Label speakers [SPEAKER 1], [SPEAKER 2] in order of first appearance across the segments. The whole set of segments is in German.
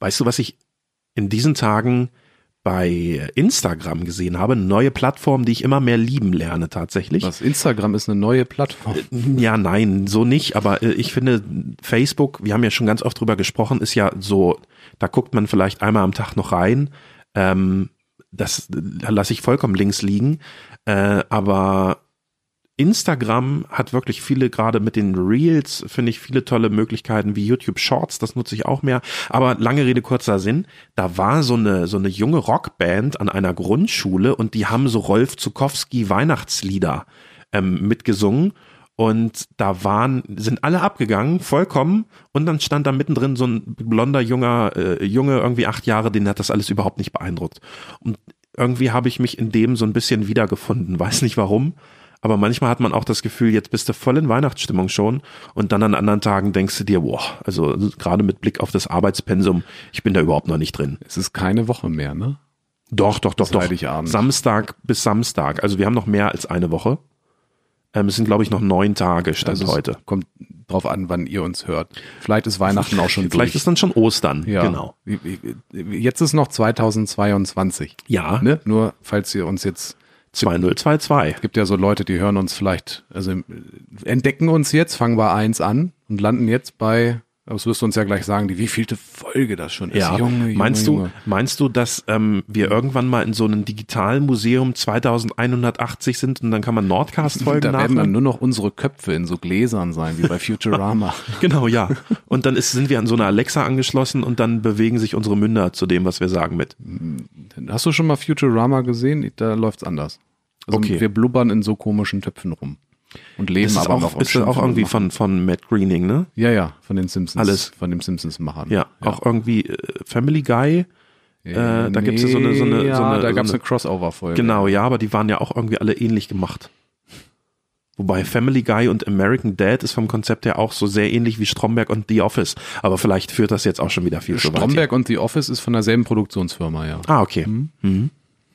[SPEAKER 1] Weißt du, was ich in diesen Tagen bei Instagram gesehen habe? Eine neue Plattform, die ich immer mehr lieben lerne tatsächlich.
[SPEAKER 2] Was? Instagram ist eine neue Plattform.
[SPEAKER 1] Ja, nein, so nicht. Aber äh, ich finde, Facebook, wir haben ja schon ganz oft drüber gesprochen, ist ja so, da guckt man vielleicht einmal am Tag noch rein. Ähm, das lasse ich vollkommen links liegen. Äh, aber Instagram hat wirklich viele, gerade mit den Reels, finde ich viele tolle Möglichkeiten wie YouTube Shorts, das nutze ich auch mehr. Aber lange Rede, kurzer Sinn, da war so eine, so eine junge Rockband an einer Grundschule und die haben so Rolf Zukowski Weihnachtslieder ähm, mitgesungen. Und da waren, sind alle abgegangen, vollkommen. Und dann stand da mittendrin so ein blonder, junger äh, Junge, irgendwie acht Jahre, den hat das alles überhaupt nicht beeindruckt. Und irgendwie habe ich mich in dem so ein bisschen wiedergefunden, weiß nicht warum. Aber manchmal hat man auch das Gefühl, jetzt bist du voll in Weihnachtsstimmung schon und dann an anderen Tagen denkst du dir, boah, also gerade mit Blick auf das Arbeitspensum, ich bin da überhaupt noch nicht drin.
[SPEAKER 2] Es ist keine Woche mehr, ne?
[SPEAKER 1] Doch, doch, doch,
[SPEAKER 2] Bis
[SPEAKER 1] doch.
[SPEAKER 2] Heiligabend.
[SPEAKER 1] Samstag bis Samstag. Also wir haben noch mehr als eine Woche. Ähm, es sind, glaube ich, noch neun Tage statt
[SPEAKER 2] Also es
[SPEAKER 1] heute.
[SPEAKER 2] Kommt drauf an, wann ihr uns hört. Vielleicht ist Weihnachten auch schon
[SPEAKER 1] Vielleicht
[SPEAKER 2] durch.
[SPEAKER 1] ist dann schon Ostern.
[SPEAKER 2] ja.
[SPEAKER 1] Genau.
[SPEAKER 2] Jetzt ist noch 2022.
[SPEAKER 1] Ja,
[SPEAKER 2] Ne? Nur falls ihr uns jetzt
[SPEAKER 1] 2022.
[SPEAKER 2] gibt ja so Leute, die hören uns vielleicht, also äh, entdecken uns jetzt, fangen bei 1 an und landen jetzt bei, das wirst du uns ja gleich sagen, die wievielte Folge das schon ist.
[SPEAKER 1] Ja, meinst du, meinst du, dass ähm, wir irgendwann mal in so einem digitalen Museum 2180 sind und dann kann man Nordcast
[SPEAKER 2] Da
[SPEAKER 1] folgen
[SPEAKER 2] werden dann nur noch unsere Köpfe in so Gläsern sein, wie bei Futurama.
[SPEAKER 1] Genau, ja. Und dann ist, sind wir an so eine Alexa angeschlossen und dann bewegen sich unsere Münder zu dem, was wir sagen mit.
[SPEAKER 2] Hast du schon mal Futurama gesehen? Da läuft's anders. Also
[SPEAKER 1] Okay.
[SPEAKER 2] wir blubbern in so komischen Töpfen rum. Und leben
[SPEAKER 1] Ist das
[SPEAKER 2] aber noch
[SPEAKER 1] auch,
[SPEAKER 2] und
[SPEAKER 1] ist das auch
[SPEAKER 2] schimpfen
[SPEAKER 1] irgendwie
[SPEAKER 2] und
[SPEAKER 1] von,
[SPEAKER 2] machen.
[SPEAKER 1] von Matt Greening, ne?
[SPEAKER 2] Ja, ja, von den Simpsons.
[SPEAKER 1] Alles.
[SPEAKER 2] Von dem Simpsons-Machern.
[SPEAKER 1] Ja, auch irgendwie äh, Family Guy. äh, da gibt's ja so eine- so eine-
[SPEAKER 2] Ja,
[SPEAKER 1] so eine-
[SPEAKER 2] da
[SPEAKER 1] so
[SPEAKER 2] gab's
[SPEAKER 1] eine-
[SPEAKER 2] eine Crossover-Folge.
[SPEAKER 1] Genau, ja, aber die waren ja auch irgendwie alle ähnlich gemacht. Wobei Family Guy und American Dad ist vom Konzept her auch so sehr ähnlich wie Stromberg und The Office. Aber vielleicht führt das jetzt auch schon wieder viel zu weit.
[SPEAKER 2] Stromberg und The Office ist von derselben Produktionsfirma, ja.
[SPEAKER 1] hier. Ah, okay. Mhm.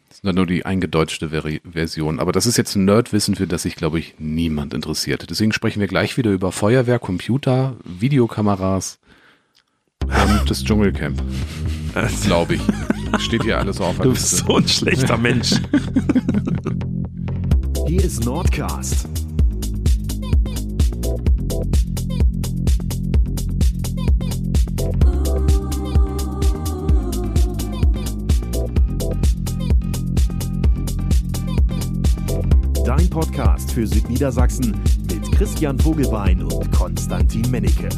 [SPEAKER 2] Das ist dann nur die eingedeutschte Veri Version. Aber das ist jetzt ein Nerdwissen, für das sich, glaube ich, niemand interessiert. Deswegen sprechen wir gleich wieder über Feuerwehr, Computer, Videokameras und das Dschungelcamp. Glaube ich. Steht hier alles auf. der
[SPEAKER 1] Du
[SPEAKER 2] Liste.
[SPEAKER 1] bist so ein schlechter Mensch.
[SPEAKER 3] Hier ist Nordcast. Dein Podcast für Südniedersachsen mit Christian Vogelbein und Konstantin Mennecke.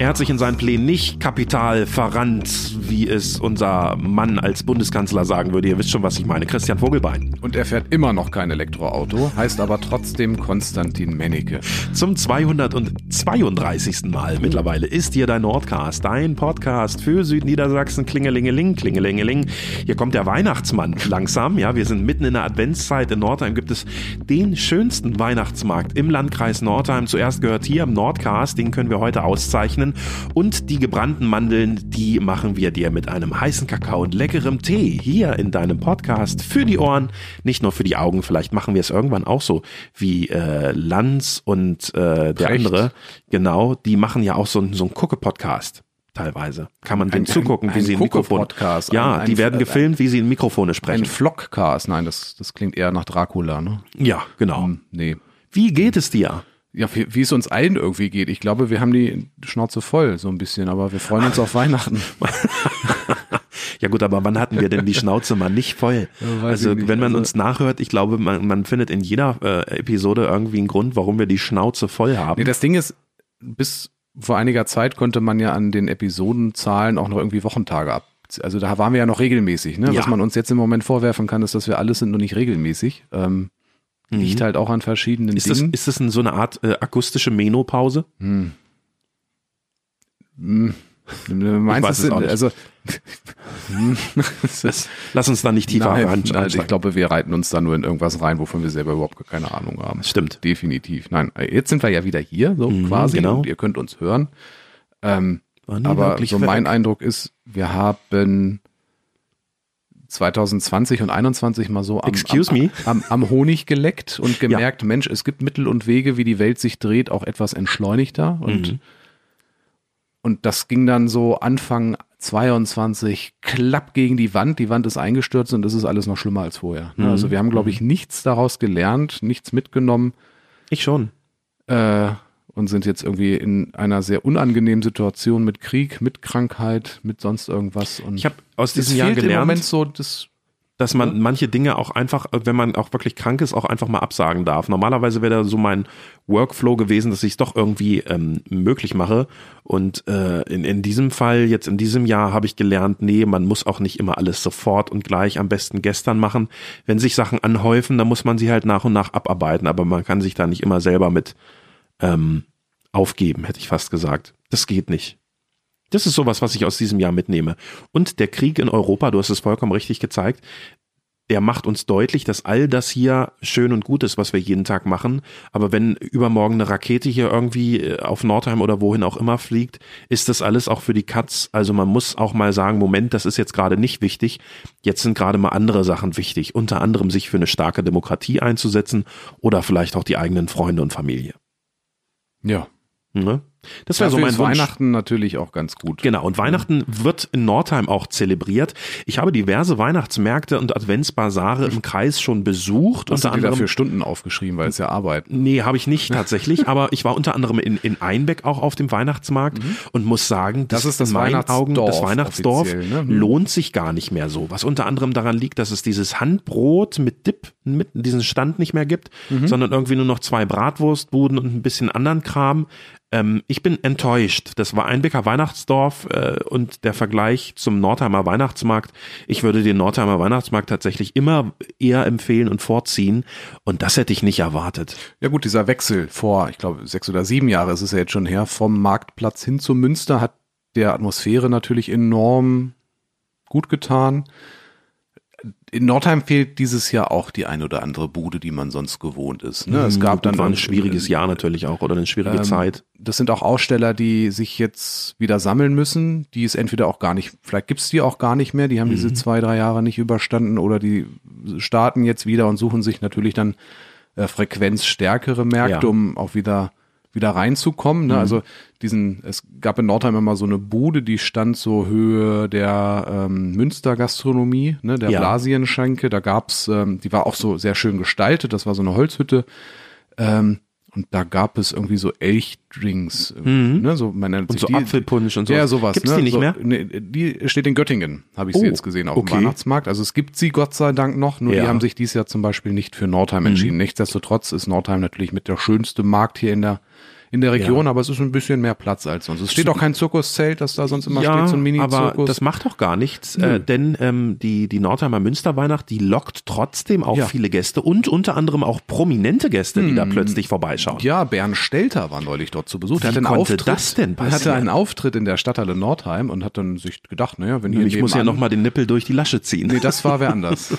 [SPEAKER 1] Er hat sich in seinen Plänen nicht kapital verrannt, wie es unser Mann als Bundeskanzler sagen würde. Ihr wisst schon, was ich meine. Christian Vogelbein.
[SPEAKER 2] Und er fährt immer noch kein Elektroauto, heißt aber trotzdem Konstantin Mennecke.
[SPEAKER 1] Zum 232. Mal mittlerweile ist hier dein Nordcast, dein Podcast für Südniedersachsen. Klingelingeling, klingelingeling. Hier kommt der Weihnachtsmann langsam. Ja, wir sind mitten in der Adventszeit. In Nordheim gibt es den schönsten Weihnachtsmarkt im Landkreis Nordheim. Zuerst gehört hier im Nordcast, den können wir heute auszeichnen. Und die gebrannten Mandeln, die machen wir dir mit einem heißen Kakao und leckerem Tee hier in deinem Podcast für die Ohren, nicht nur für die Augen. Vielleicht machen wir es irgendwann auch so wie äh, Lanz und äh, der
[SPEAKER 2] Precht.
[SPEAKER 1] andere. Genau, die machen ja auch so, einen- so einen Gucke-Podcast. Teilweise kann man denen
[SPEAKER 2] Ein-
[SPEAKER 1] zugucken,
[SPEAKER 2] ein-
[SPEAKER 1] wie
[SPEAKER 2] ein
[SPEAKER 1] sie ein Mikrofon.
[SPEAKER 2] Gucke-Podcast,
[SPEAKER 1] Ja,
[SPEAKER 2] ein-
[SPEAKER 1] die
[SPEAKER 2] ein-
[SPEAKER 1] werden gefilmt, wie sie in Mikrofone
[SPEAKER 2] Ein
[SPEAKER 1] sprechen.
[SPEAKER 2] Flockcast, nein, das, das klingt eher nach Dracula, ne?
[SPEAKER 1] Ja, genau.
[SPEAKER 2] Hm, Nee.
[SPEAKER 1] Wie geht es dir?
[SPEAKER 2] Ja, wie, wie es uns allen irgendwie geht. Ich glaube, wir haben die Schnauze voll, so ein bisschen, aber wir freuen uns auf Weihnachten.
[SPEAKER 1] Ja gut, aber wann hatten wir denn die Schnauze mal nicht voll?
[SPEAKER 2] Ja, weiß
[SPEAKER 1] also
[SPEAKER 2] ich nicht.
[SPEAKER 1] wenn man
[SPEAKER 2] Also-
[SPEAKER 1] uns nachhört, ich glaube, man, man findet in jeder äh, Episode irgendwie einen Grund, warum wir die Schnauze voll haben.
[SPEAKER 2] Nee, das Ding ist, bis vor einiger Zeit konnte man ja an den Episodenzahlen auch noch irgendwie Wochentage ab. Also da waren wir ja noch regelmäßig. Ne?
[SPEAKER 1] Ja.
[SPEAKER 2] Was man uns jetzt im Moment vorwerfen kann, ist, dass wir alles sind, nur nicht regelmäßig. Ähm, Liegt halt auch an verschiedenen
[SPEAKER 1] Mhm. ist, das,
[SPEAKER 2] Dingen.
[SPEAKER 1] ist das in so eine Art äh, akustische Menopause?
[SPEAKER 2] Meinst
[SPEAKER 1] weiß
[SPEAKER 2] du,
[SPEAKER 1] es auch nicht.
[SPEAKER 2] also das ist,
[SPEAKER 1] Lass uns da nicht tiefer
[SPEAKER 2] nein,
[SPEAKER 1] rein-
[SPEAKER 2] nein, ich
[SPEAKER 1] einsteigen.
[SPEAKER 2] glaube, wir reiten uns da nur in irgendwas rein, wovon wir selber überhaupt keine Ahnung haben.
[SPEAKER 1] Stimmt. Mhm,
[SPEAKER 2] Definitiv. Nein, jetzt sind wir ja wieder hier, so quasi.
[SPEAKER 1] genau.
[SPEAKER 2] Und ihr könnt uns hören. Ähm,
[SPEAKER 1] War nie
[SPEAKER 2] Aber
[SPEAKER 1] wirklich
[SPEAKER 2] so mein
[SPEAKER 1] weg.
[SPEAKER 2] Eindruck ist, wir haben 2020 und 21 mal so am,
[SPEAKER 1] Excuse
[SPEAKER 2] am,
[SPEAKER 1] me?
[SPEAKER 2] am, am Honig geleckt und gemerkt, Mensch, es gibt Mittel und Wege, wie die Welt sich dreht, auch etwas entschleunigter. Und,
[SPEAKER 1] Mhm.
[SPEAKER 2] und das ging dann so Anfang 22 klapp gegen die Wand. Die Wand ist eingestürzt und es ist alles noch schlimmer als vorher. ne?
[SPEAKER 1] Mhm.
[SPEAKER 2] Also wir haben, glaube ich, nichts daraus gelernt, nichts mitgenommen
[SPEAKER 1] Ich schon.
[SPEAKER 2] äh, und sind jetzt irgendwie in einer sehr unangenehmen Situation mit Krieg, mit Krankheit, mit sonst irgendwas. Und
[SPEAKER 1] Ich habe aus
[SPEAKER 2] es
[SPEAKER 1] diesem Jahr
[SPEAKER 2] fehlt im Moment
[SPEAKER 1] gelernt,
[SPEAKER 2] so das.
[SPEAKER 1] dass man manche Dinge auch einfach, wenn man auch wirklich krank ist, auch einfach mal absagen darf. Normalerweise wäre da so mein Workflow gewesen, dass ich es doch irgendwie ähm, möglich mache. Und äh, in, in diesem Fall, jetzt in diesem Jahr, habe ich gelernt, nee, man muss auch nicht immer alles sofort und gleich, am besten gestern machen. Wenn sich Sachen anhäufen, dann muss man sie halt nach und nach abarbeiten. Aber man kann sich da nicht immer selber mit ähm, aufgeben, hätte ich fast gesagt. Das geht nicht. Das ist sowas, was ich aus diesem Jahr mitnehme. Und der Krieg in Europa, du hast es vollkommen richtig gezeigt, der macht uns deutlich, dass all das hier schön und gut ist, was wir jeden Tag machen. Aber wenn übermorgen eine Rakete hier irgendwie äh, auf Nordheim oder wohin auch immer fliegt, ist das alles auch für die Katz. Also man muss auch mal sagen, Moment, das ist jetzt gerade nicht wichtig. Jetzt sind gerade mal andere Sachen wichtig. Unter anderem sich für eine starke Demokratie einzusetzen oder vielleicht auch die eigenen Freunde und Familie.
[SPEAKER 2] Ja,
[SPEAKER 1] Ne? Das
[SPEAKER 2] das war
[SPEAKER 1] wäre so mein
[SPEAKER 2] ist
[SPEAKER 1] Wunsch.
[SPEAKER 2] Weihnachten natürlich auch ganz gut.
[SPEAKER 1] Genau, und Weihnachten wird in Nordheim auch zelebriert. Ich habe diverse Weihnachtsmärkte und Adventsbasare im Kreis schon besucht.
[SPEAKER 2] Hast
[SPEAKER 1] unter
[SPEAKER 2] du dir
[SPEAKER 1] anderem
[SPEAKER 2] dafür Stunden aufgeschrieben, weil es ja arbeiten.
[SPEAKER 1] Nee, habe ich nicht tatsächlich, aber ich war unter anderem in, in Einbeck auch auf dem Weihnachtsmarkt und muss sagen,
[SPEAKER 2] Mhm. Das ist das
[SPEAKER 1] in meinen
[SPEAKER 2] Weihnachtsdorf
[SPEAKER 1] Augen, das Weihnachtsdorf
[SPEAKER 2] offiziell, ne? Mhm.
[SPEAKER 1] lohnt sich gar nicht mehr so. Was unter anderem daran liegt, dass es dieses Handbrot mit Dip, mit diesen Stand nicht mehr gibt,
[SPEAKER 2] Mhm.
[SPEAKER 1] sondern irgendwie nur noch zwei Bratwurstbuden und ein bisschen anderen Kram. Ähm, ich bin enttäuscht. Das war Einbecker Weihnachtsdorf äh, und der Vergleich zum Nordheimer Weihnachtsmarkt. Ich würde den Nordheimer Weihnachtsmarkt tatsächlich immer eher empfehlen und vorziehen. Und das hätte ich nicht erwartet.
[SPEAKER 2] Ja gut, dieser Wechsel vor, ich glaube, sechs oder sieben Jahre ist es ja jetzt schon her, vom Marktplatz hin zum Münster hat der Atmosphäre natürlich enorm gut getan. In Nordheim fehlt dieses Jahr auch die ein oder andere Bude, die man sonst gewohnt ist. Ne? Es gab dann
[SPEAKER 1] Ähm, Mhm, war ein schwieriges Jahr natürlich auch oder eine schwierige
[SPEAKER 2] Ähm,
[SPEAKER 1] Zeit.
[SPEAKER 2] Das sind auch Aussteller, die sich jetzt wieder sammeln müssen, die es entweder auch gar nicht, vielleicht gibt es die auch gar nicht mehr, die haben
[SPEAKER 1] Mhm.
[SPEAKER 2] diese zwei, drei Jahre nicht überstanden oder die starten jetzt wieder und suchen sich natürlich dann äh, frequenzstärkere Märkte,
[SPEAKER 1] Ja. Mhm.
[SPEAKER 2] um auch wieder wieder reinzukommen. Ne? Also diesen, es gab in Nordheim immer so eine Bude, die stand so Höhe der ähm, Münstergastronomie, ne? der
[SPEAKER 1] Ja.
[SPEAKER 2] Blasienschenke. Da gab's, ähm, die war auch so sehr schön gestaltet, das war so eine Holzhütte. Ähm, und da gab es irgendwie so Elchdrinks,
[SPEAKER 1] Mhm.
[SPEAKER 2] ne, so man nennt
[SPEAKER 1] Und
[SPEAKER 2] sich
[SPEAKER 1] so
[SPEAKER 2] die-
[SPEAKER 1] Apfelpunsch und so.
[SPEAKER 2] Ja, sowas.
[SPEAKER 1] Gibt's
[SPEAKER 2] ne?
[SPEAKER 1] die nicht
[SPEAKER 2] so,
[SPEAKER 1] mehr?
[SPEAKER 2] Nee, die steht in Göttingen, habe ich
[SPEAKER 1] Oh,
[SPEAKER 2] sie jetzt gesehen auf
[SPEAKER 1] okay.
[SPEAKER 2] dem Weihnachtsmarkt. Also es gibt sie Gott sei Dank noch, nur
[SPEAKER 1] Ja. Mhm.
[SPEAKER 2] die haben sich dieses Jahr zum Beispiel nicht für Nordheim entschieden. Nichtsdestotrotz ist Nordheim natürlich mit der schönste Markt hier in der in der Region, aber es ist ein bisschen mehr Platz als sonst. Es steht auch kein Zirkuszelt, das da sonst immer steht, so ein
[SPEAKER 1] aber
[SPEAKER 2] Mini-Zirkus.
[SPEAKER 1] das macht doch gar nichts, äh, denn ähm, die, die Nordheimer Münsterweihnacht, die lockt trotzdem auch
[SPEAKER 2] Ja. Hm.
[SPEAKER 1] viele Gäste und unter anderem auch prominente Gäste, die da plötzlich vorbeischauen.
[SPEAKER 2] Ja, Bernd Stelter war neulich dort zu Besuch.
[SPEAKER 1] Wie
[SPEAKER 2] Er hatte einen
[SPEAKER 1] konnte
[SPEAKER 2] Auftritt,
[SPEAKER 1] das denn
[SPEAKER 2] Er hatte
[SPEAKER 1] passieren?
[SPEAKER 2] einen Auftritt in der Stadthalle Nordheim und hat dann sich gedacht, naja, wenn hier
[SPEAKER 1] ich muss ja
[SPEAKER 2] nebenan-
[SPEAKER 1] nochmal den Nippel durch die Lasche ziehen.
[SPEAKER 2] Nee, das war wer anders.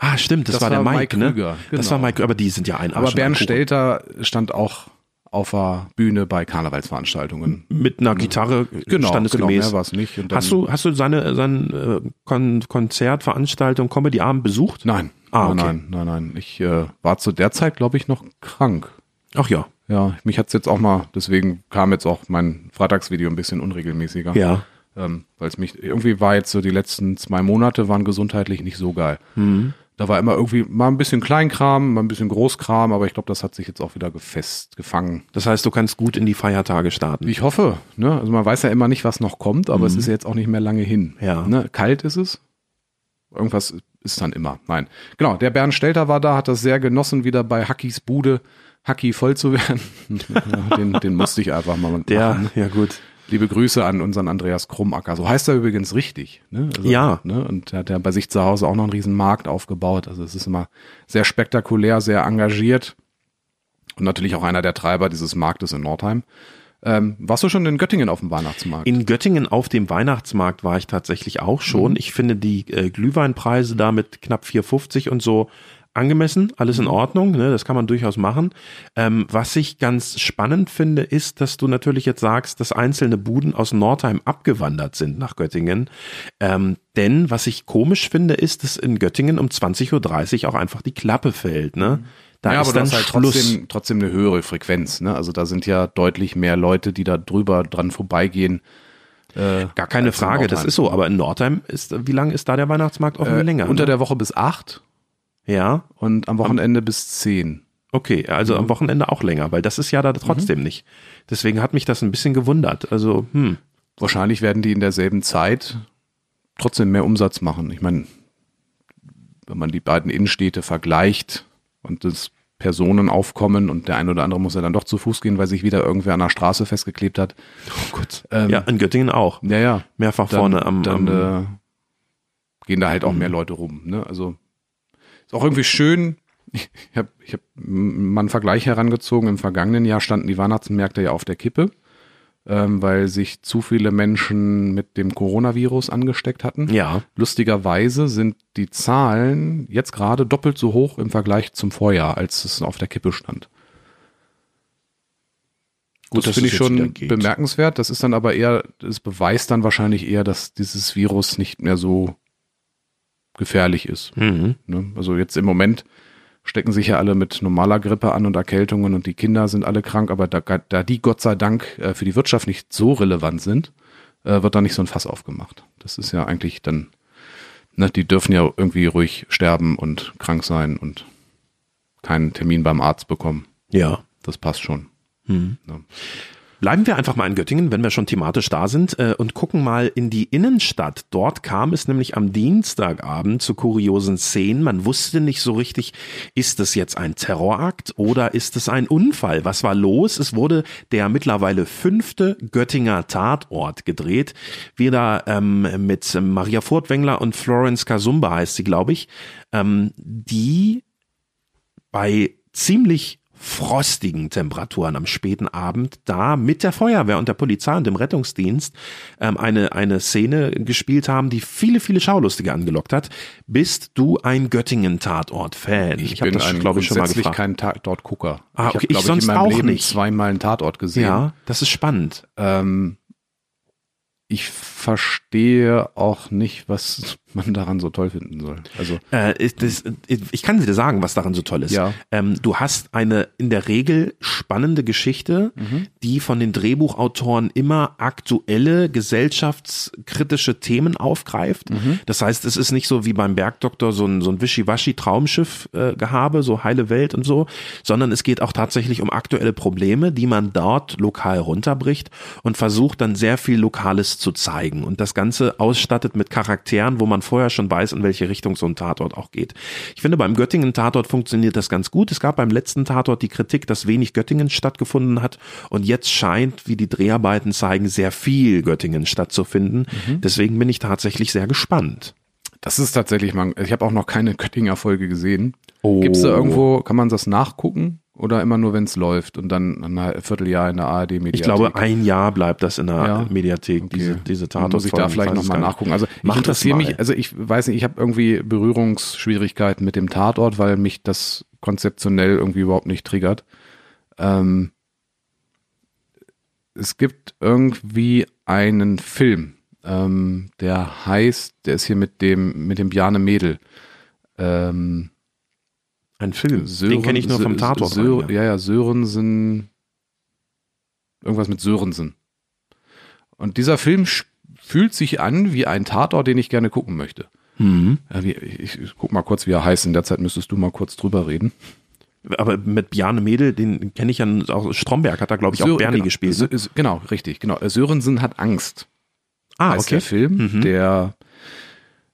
[SPEAKER 1] ah, stimmt, das,
[SPEAKER 2] das
[SPEAKER 1] war der
[SPEAKER 2] war
[SPEAKER 1] Mike,
[SPEAKER 2] Mike
[SPEAKER 1] ne?
[SPEAKER 2] Krüger,
[SPEAKER 1] Das
[SPEAKER 2] genau.
[SPEAKER 1] war Mike, aber die sind ja ein Arsch
[SPEAKER 2] Aber
[SPEAKER 1] und ein
[SPEAKER 2] Bernd
[SPEAKER 1] Kuchen.
[SPEAKER 2] Stelter stand auch auf der Bühne bei Karnevalsveranstaltungen.
[SPEAKER 1] mit einer Gitarre
[SPEAKER 2] Genau, genau,
[SPEAKER 1] standesgemäß.
[SPEAKER 2] mehr war's nicht. Und dann-
[SPEAKER 1] hast du hast du seine seine äh, Kon Konzertveranstaltung Comedy Abend besucht?
[SPEAKER 2] Nein.
[SPEAKER 1] Ah,
[SPEAKER 2] nein,
[SPEAKER 1] okay.
[SPEAKER 2] nein, nein, nein. Ich äh, war zu der Zeit, glaube ich, noch krank.
[SPEAKER 1] Ach ja.
[SPEAKER 2] Ja, mich hat's jetzt auch mal, deswegen kam jetzt auch mein Freitagsvideo ein bisschen unregelmäßiger.
[SPEAKER 1] Ja.
[SPEAKER 2] Ähm, Weil es mich, irgendwie war jetzt so, die letzten zwei Monate waren gesundheitlich nicht so geil.
[SPEAKER 1] Mhm.
[SPEAKER 2] Da war immer irgendwie mal ein bisschen Kleinkram, mal ein bisschen Großkram, aber ich glaube, das hat sich jetzt auch wieder gefest, gefangen.
[SPEAKER 1] Das heißt, du kannst gut in die Feiertage starten.
[SPEAKER 2] Ich hoffe, ne? Also man weiß ja immer nicht, was noch kommt, aber es ist ja jetzt auch nicht mehr lange hin.
[SPEAKER 1] Ja.
[SPEAKER 2] Ne? Kalt ist es. Irgendwas ist dann immer. Nein. Genau, der Bernd Stelter war da, hat das sehr genossen, wieder bei Hackis Bude Hacki voll zu werden. Ja, den, den musste ich einfach mal machen. ne?
[SPEAKER 1] ja gut.
[SPEAKER 2] Liebe Grüße an unseren Andreas Krummacker. So heißt er übrigens richtig. Ne? Also,
[SPEAKER 1] Ja.
[SPEAKER 2] Ne? Und er hat ja bei sich zu Hause auch noch einen riesen Markt aufgebaut. Also es ist immer sehr spektakulär, sehr engagiert. Und natürlich auch einer der Treiber dieses Marktes in Nordheim. Ähm, warst du schon in Göttingen auf dem Weihnachtsmarkt?
[SPEAKER 1] In Göttingen auf dem Weihnachtsmarkt war
[SPEAKER 2] Mhm.
[SPEAKER 1] ich tatsächlich auch schon. Ich finde die äh, Glühweinpreise da mit knapp 4,50 und so angemessen, alles
[SPEAKER 2] Mhm.
[SPEAKER 1] in Ordnung, ne, das kann man durchaus machen. Ähm, was ich ganz spannend finde, ist, dass du natürlich jetzt sagst, dass einzelne Buden aus Nordheim abgewandert sind nach Göttingen. Ähm, denn was ich komisch finde, ist, dass in Göttingen um 20.30 Uhr auch einfach die Klappe fällt. Ne? Da
[SPEAKER 2] Mhm. ja,
[SPEAKER 1] ist
[SPEAKER 2] aber das
[SPEAKER 1] dann
[SPEAKER 2] ist halt
[SPEAKER 1] Schluss.
[SPEAKER 2] trotzdem, trotzdem eine höhere Frequenz. Ne? Also da sind ja deutlich mehr Leute, die da drüber dran vorbeigehen. äh,
[SPEAKER 1] Gar keine
[SPEAKER 2] als in
[SPEAKER 1] Frage, das
[SPEAKER 2] Nordheim.
[SPEAKER 1] ist so. Aber in Nordheim ist, wie lang ist da der Weihnachtsmarkt offen?
[SPEAKER 2] Äh,
[SPEAKER 1] länger.
[SPEAKER 2] unter
[SPEAKER 1] ne?
[SPEAKER 2] der Woche bis 8
[SPEAKER 1] ja,
[SPEAKER 2] und am Wochenende bis 10.
[SPEAKER 1] okay. Also
[SPEAKER 2] Mhm.
[SPEAKER 1] am Wochenende auch länger, weil das ist ja da trotzdem nicht. Deswegen hat mich das ein bisschen gewundert. Also, hm.
[SPEAKER 2] Wahrscheinlich werden die in derselben Zeit trotzdem mehr Umsatz machen. Ich meine, wenn man die beiden Innenstädte vergleicht und das Personenaufkommen und der ein oder andere muss ja dann doch zu Fuß gehen, weil sich wieder irgendwer an der Straße festgeklebt hat.
[SPEAKER 1] Oh Gott.
[SPEAKER 2] Ähm,
[SPEAKER 1] Ja, in Göttingen auch.
[SPEAKER 2] Ja, ja.
[SPEAKER 1] Mehrfach
[SPEAKER 2] Dann,
[SPEAKER 1] vorne am,
[SPEAKER 2] dann
[SPEAKER 1] am
[SPEAKER 2] äh, gehen da halt auch
[SPEAKER 1] Mhm.
[SPEAKER 2] mehr Leute rum. Ne? Also ist auch irgendwie schön. Ich habe ich hab m- mal einen Vergleich herangezogen. Im vergangenen Jahr standen die Weihnachtsmärkte ja auf der Kippe, ähm, weil sich zu viele Menschen mit dem Coronavirus angesteckt hatten.
[SPEAKER 1] ja.
[SPEAKER 2] Lustigerweise sind die Zahlen jetzt gerade doppelt so hoch im Vergleich zum Vorjahr, als es auf der Kippe stand. Gut,
[SPEAKER 1] dass
[SPEAKER 2] das finde
[SPEAKER 1] es
[SPEAKER 2] ich
[SPEAKER 1] jetzt wieder
[SPEAKER 2] schon
[SPEAKER 1] geht.
[SPEAKER 2] bemerkenswert. Das ist dann aber eher, es beweist dann wahrscheinlich eher, dass dieses Virus nicht mehr so gefährlich ist.
[SPEAKER 1] Mhm.
[SPEAKER 2] Ne? Also jetzt im Moment stecken sich ja alle mit normaler Grippe an und Erkältungen und die Kinder sind alle krank, aber da, da die Gott sei Dank äh, für die Wirtschaft nicht so relevant sind, äh, wird da nicht so ein Fass aufgemacht. Das ist ja eigentlich dann, ne, die dürfen ja irgendwie ruhig sterben und krank sein und keinen Termin beim Arzt bekommen.
[SPEAKER 1] Ja.
[SPEAKER 2] Das passt schon. Ja.
[SPEAKER 1] Bleiben wir einfach mal in Göttingen, wenn wir schon thematisch da sind, äh, und gucken mal in die Innenstadt. Dort kam es nämlich am Dienstagabend zu kuriosen Szenen. Man wusste nicht so richtig, ist das jetzt ein Terrorakt oder ist es ein Unfall? Was war los? Es wurde der mittlerweile fünfte Göttinger Tatort gedreht. Wir da ähm, mit ähm, Maria Furtwängler und Florence Kasumba heißt sie, glaube ich, ähm, die bei ziemlich frostigen Temperaturen am späten Abend da mit der Feuerwehr und der Polizei und dem Rettungsdienst ähm, eine, eine Szene gespielt haben, die viele, viele Schaulustige angelockt hat. Bist du ein Göttingen-Tatort-Fan?
[SPEAKER 2] Ich,
[SPEAKER 1] hab
[SPEAKER 2] bin ein
[SPEAKER 1] glaub
[SPEAKER 2] grundsätzlich kein Tatort-Gucker.
[SPEAKER 1] Ah,
[SPEAKER 2] hab,
[SPEAKER 1] okay, ich
[SPEAKER 2] glaub
[SPEAKER 1] sonst
[SPEAKER 2] in meinem
[SPEAKER 1] auch
[SPEAKER 2] Leben
[SPEAKER 1] nicht.
[SPEAKER 2] zweimal einen Tatort gesehen.
[SPEAKER 1] Ja, das ist spannend.
[SPEAKER 2] Ähm, ich verstehe auch nicht, was man daran so toll finden soll. Also
[SPEAKER 1] Äh, ist das, ich kann dir sagen, was daran so toll ist.
[SPEAKER 2] Ja.
[SPEAKER 1] Ähm, du hast eine in der Regel spannende Geschichte, die von den Drehbuchautoren immer aktuelle gesellschaftskritische Themen aufgreift. Das heißt, es ist nicht so wie beim Bergdoktor so ein, so ein Wischiwaschi-Traumschiff-Gehabe, so heile Welt und so, sondern es geht auch tatsächlich um aktuelle Probleme, die man dort lokal runterbricht und versucht dann sehr viel Lokales zu zeigen. Und das Ganze ausstattet mit Charakteren, wo man vorher schon weiß, in welche Richtung so ein Tatort auch geht. Ich finde, beim Göttingen-Tatort funktioniert das ganz gut. Es gab beim letzten Tatort die Kritik, dass wenig Göttingen stattgefunden hat. Und jetzt scheint, wie die Dreharbeiten zeigen, sehr viel Göttingen stattzufinden.
[SPEAKER 2] Mhm.
[SPEAKER 1] Deswegen bin ich tatsächlich sehr gespannt.
[SPEAKER 2] das ist tatsächlich mal. Ich habe auch noch keine Göttinger Folge gesehen.
[SPEAKER 1] Oh.
[SPEAKER 2] Gibt es da irgendwo? Kann man das nachgucken oder immer nur, wenn es läuft und dann ein Vierteljahr in der ARD Mediathek?
[SPEAKER 1] Ich glaube, ein Jahr bleibt das in der
[SPEAKER 2] Ja.
[SPEAKER 1] Mediathek,
[SPEAKER 2] Okay.
[SPEAKER 1] diese, diese
[SPEAKER 2] Dann
[SPEAKER 1] Tatort.
[SPEAKER 2] Muss ich da vielleicht nochmal nachgucken. Also ich
[SPEAKER 1] Mach das
[SPEAKER 2] interessiere
[SPEAKER 1] mal.
[SPEAKER 2] mich, also ich weiß nicht, ich habe irgendwie Berührungsschwierigkeiten mit dem Tatort, weil mich das konzeptionell irgendwie überhaupt nicht triggert. Ähm, es gibt irgendwie einen Film, ähm, der heißt, der ist hier mit dem, mit dem Bjarne Mädel. Ähm,
[SPEAKER 1] Ein Film, den
[SPEAKER 2] Hm, Sören-
[SPEAKER 1] kenne ich nur vom
[SPEAKER 2] Sö-
[SPEAKER 1] Tatort.
[SPEAKER 2] Sö
[SPEAKER 1] rein, ja.
[SPEAKER 2] ja, ja, Sörensen. Irgendwas mit Sörensen. Und dieser Film sch- fühlt sich an wie ein Tatort, den ich gerne gucken möchte.
[SPEAKER 1] Mhm.
[SPEAKER 2] Ja, wie, ich, ich guck mal kurz, wie er heißt. In der Zeit müsstest du mal kurz drüber reden.
[SPEAKER 1] Aber mit Bjarne Mädel, den kenne ich ja auch. Stromberg hat da, glaube ich, auch
[SPEAKER 2] Sö-
[SPEAKER 1] Bernie
[SPEAKER 2] genau,
[SPEAKER 1] gespielt. ne?
[SPEAKER 2] Sö- Sö- genau, richtig. Genau. Sörensen hat Angst.
[SPEAKER 1] ah,
[SPEAKER 2] heißt der Film,
[SPEAKER 1] Mhm.
[SPEAKER 2] der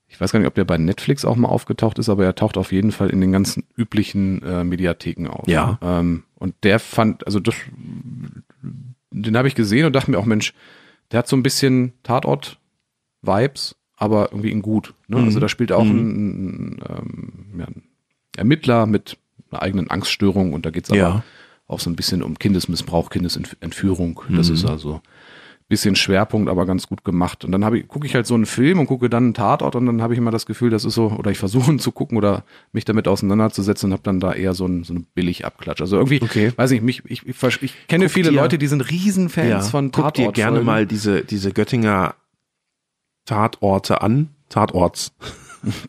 [SPEAKER 2] ich weiß gar nicht, ob der bei Netflix auch mal aufgetaucht ist, aber er taucht auf jeden Fall in den ganzen üblichen äh, Mediatheken auf.
[SPEAKER 1] Ja.
[SPEAKER 2] Ähm, und der fand, also das, den habe ich gesehen und dachte mir auch, Mensch, der hat so ein bisschen Tatort-Vibes, aber irgendwie in gut. Ne?
[SPEAKER 1] Mhm.
[SPEAKER 2] Also da spielt auch
[SPEAKER 1] Mhm.
[SPEAKER 2] ein, ein, ähm, ja, ein Ermittler mit einer eigenen Angststörung und da geht's aber
[SPEAKER 1] Ja.
[SPEAKER 2] auch so ein bisschen um Kindesmissbrauch, Kindesentführung. Das
[SPEAKER 1] Mhm.
[SPEAKER 2] ist also ein bisschen Schwerpunkt, aber ganz gut gemacht. Und dann habe ich, gucke ich halt so einen Film und gucke dann einen Tatort und dann habe ich immer das Gefühl, das ist so, oder ich versuche ihn zu gucken oder mich damit auseinanderzusetzen und habe dann da eher so einen, so einen Billig-Abklatsch. Also irgendwie,
[SPEAKER 1] Okay.
[SPEAKER 2] weiß nicht, mich, ich, ich, versch- ich kenne
[SPEAKER 1] Guck
[SPEAKER 2] viele
[SPEAKER 1] dir-
[SPEAKER 2] Leute, die sind Riesenfans von
[SPEAKER 1] Guck
[SPEAKER 2] Tatort.
[SPEAKER 1] dir gerne mal diese, diese Göttinger Tatorte an. Tatorts.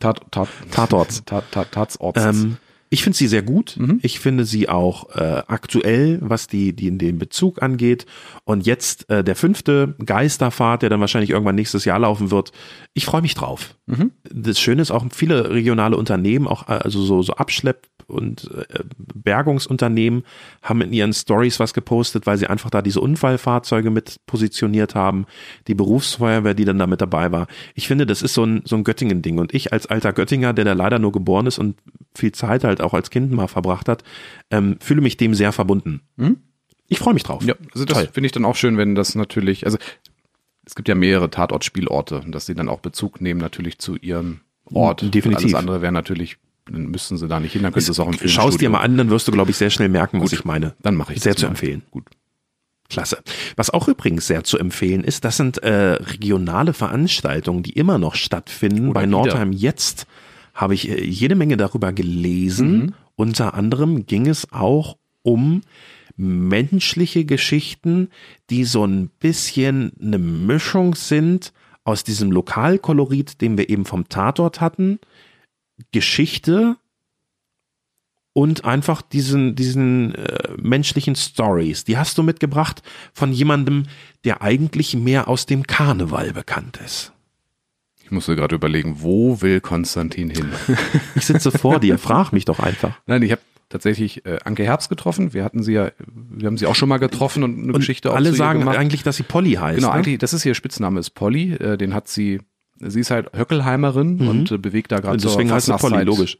[SPEAKER 2] Tat, Tat,
[SPEAKER 1] Tatorts.
[SPEAKER 2] Tat, Tat, Tatsorts.
[SPEAKER 1] Ähm, ich finde sie sehr gut.
[SPEAKER 2] Mhm.
[SPEAKER 1] Ich finde sie auch äh, aktuell, was die, die in den Bezug angeht. Und jetzt äh, der fünfte Geisterfahrt, der dann wahrscheinlich irgendwann nächstes Jahr laufen wird. Ich freue mich drauf.
[SPEAKER 2] Mhm.
[SPEAKER 1] Das Schöne ist auch, viele regionale Unternehmen, auch äh, also so, so Abschlepp- und äh, Bergungsunternehmen haben in ihren Stories was gepostet, weil sie einfach da diese Unfallfahrzeuge mit positioniert haben, die Berufsfeuerwehr, die dann da mit dabei war. Ich finde, das ist so ein, so ein Göttingen-Ding. Und ich als alter Göttinger, der da leider nur geboren ist und viel Zeit halt auch als Kind mal verbracht hat, ähm, fühle mich dem sehr verbunden.
[SPEAKER 2] Mhm.
[SPEAKER 1] Ich freue mich drauf.
[SPEAKER 2] Ja, also das
[SPEAKER 1] Toll.
[SPEAKER 2] finde ich dann auch schön, wenn das natürlich, also es gibt ja mehrere Tatort-Spielorte, dass sie dann auch Bezug nehmen natürlich zu ihrem Ort.
[SPEAKER 1] Definitiv.
[SPEAKER 2] Alles andere wäre natürlich, dann müssten sie da nicht hin, dann könntest du es auch im Film
[SPEAKER 1] Schau es dir mal an, dann wirst du, glaube ich, sehr schnell merken, was
[SPEAKER 2] Gut.
[SPEAKER 1] ich meine.
[SPEAKER 2] Dann mache ich
[SPEAKER 1] Sehr
[SPEAKER 2] das
[SPEAKER 1] zu
[SPEAKER 2] mal.
[SPEAKER 1] empfehlen.
[SPEAKER 2] Gut.
[SPEAKER 1] Klasse. Was auch übrigens sehr zu empfehlen ist, das sind äh, regionale Veranstaltungen, die immer noch stattfinden.
[SPEAKER 2] Oder
[SPEAKER 1] Bei
[SPEAKER 2] wieder.
[SPEAKER 1] Nordheim jetzt habe ich äh, jede Menge darüber gelesen. Unter anderem ging es auch um menschliche Geschichten, die so ein bisschen eine Mischung sind aus diesem Lokalkolorit, den wir eben vom Tatort hatten, Geschichte und einfach diesen, diesen äh, menschlichen Stories. Die hast du mitgebracht von jemandem, der eigentlich mehr aus dem Karneval bekannt ist.
[SPEAKER 2] Ich musste gerade überlegen, wo will Konstantin hin?
[SPEAKER 1] Ich sitze vor dir, frag mich doch einfach.
[SPEAKER 2] Nein, ich habe tatsächlich äh, Anke Herbst getroffen. Wir hatten sie ja, wir haben sie auch schon mal getroffen und eine
[SPEAKER 1] Und
[SPEAKER 2] Geschichte auch
[SPEAKER 1] alle
[SPEAKER 2] zu
[SPEAKER 1] sagen
[SPEAKER 2] ihr gemacht.
[SPEAKER 1] eigentlich, dass sie Polly heißt.
[SPEAKER 2] Genau,
[SPEAKER 1] ne?
[SPEAKER 2] eigentlich, das ist ihr Spitzname, ist Polly. Äh, den hat sie, sie ist halt Höckelheimerin und äh, bewegt da gerade
[SPEAKER 1] Mhm. Und deswegen heißt sie Polly, logisch.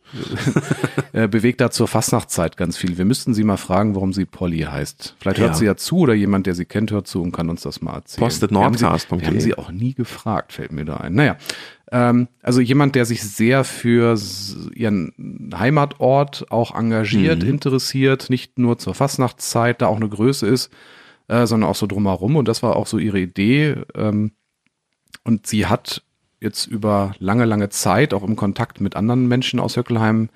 [SPEAKER 2] äh, bewegt da zur Fastnachtzeit ganz viel. Wir müssten sie mal fragen, warum sie Polly heißt. Vielleicht hört
[SPEAKER 1] Ja.
[SPEAKER 2] sie ja zu oder jemand, der sie kennt, hört zu und kann uns das mal erzählen.
[SPEAKER 1] Postet
[SPEAKER 2] Wir haben sie-
[SPEAKER 1] nordcast.de.
[SPEAKER 2] Wir haben sie auch nie gefragt, fällt mir da ein. Naja, ähm, also jemand, der sich sehr für s- ihren Heimatort auch engagiert,
[SPEAKER 1] Mhm.
[SPEAKER 2] interessiert, nicht nur zur Fastnachtszeit, da auch eine Größe ist, äh, sondern auch so drumherum. Und das war auch so ihre Idee. Ähm, und sie hat jetzt über lange, lange Zeit auch im Kontakt mit anderen Menschen aus Höckelheim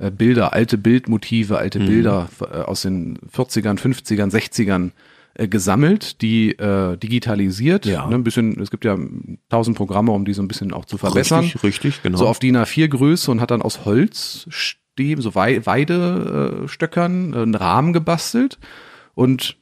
[SPEAKER 2] äh, Bilder, alte Bildmotive,
[SPEAKER 1] Mhm.
[SPEAKER 2] alte Bilder äh, aus den 40ern, 50ern, 60ern äh, gesammelt, die äh, digitalisiert.
[SPEAKER 1] Ja.
[SPEAKER 2] Ne, ein bisschen, es gibt ja tausend Programme, um die so ein bisschen auch zu verbessern.
[SPEAKER 1] Richtig, richtig, genau.
[SPEAKER 2] So auf DIN A4 Größe und hat dann aus Holzstäben, so Wei Weidestöckern, äh, einen Rahmen gebastelt und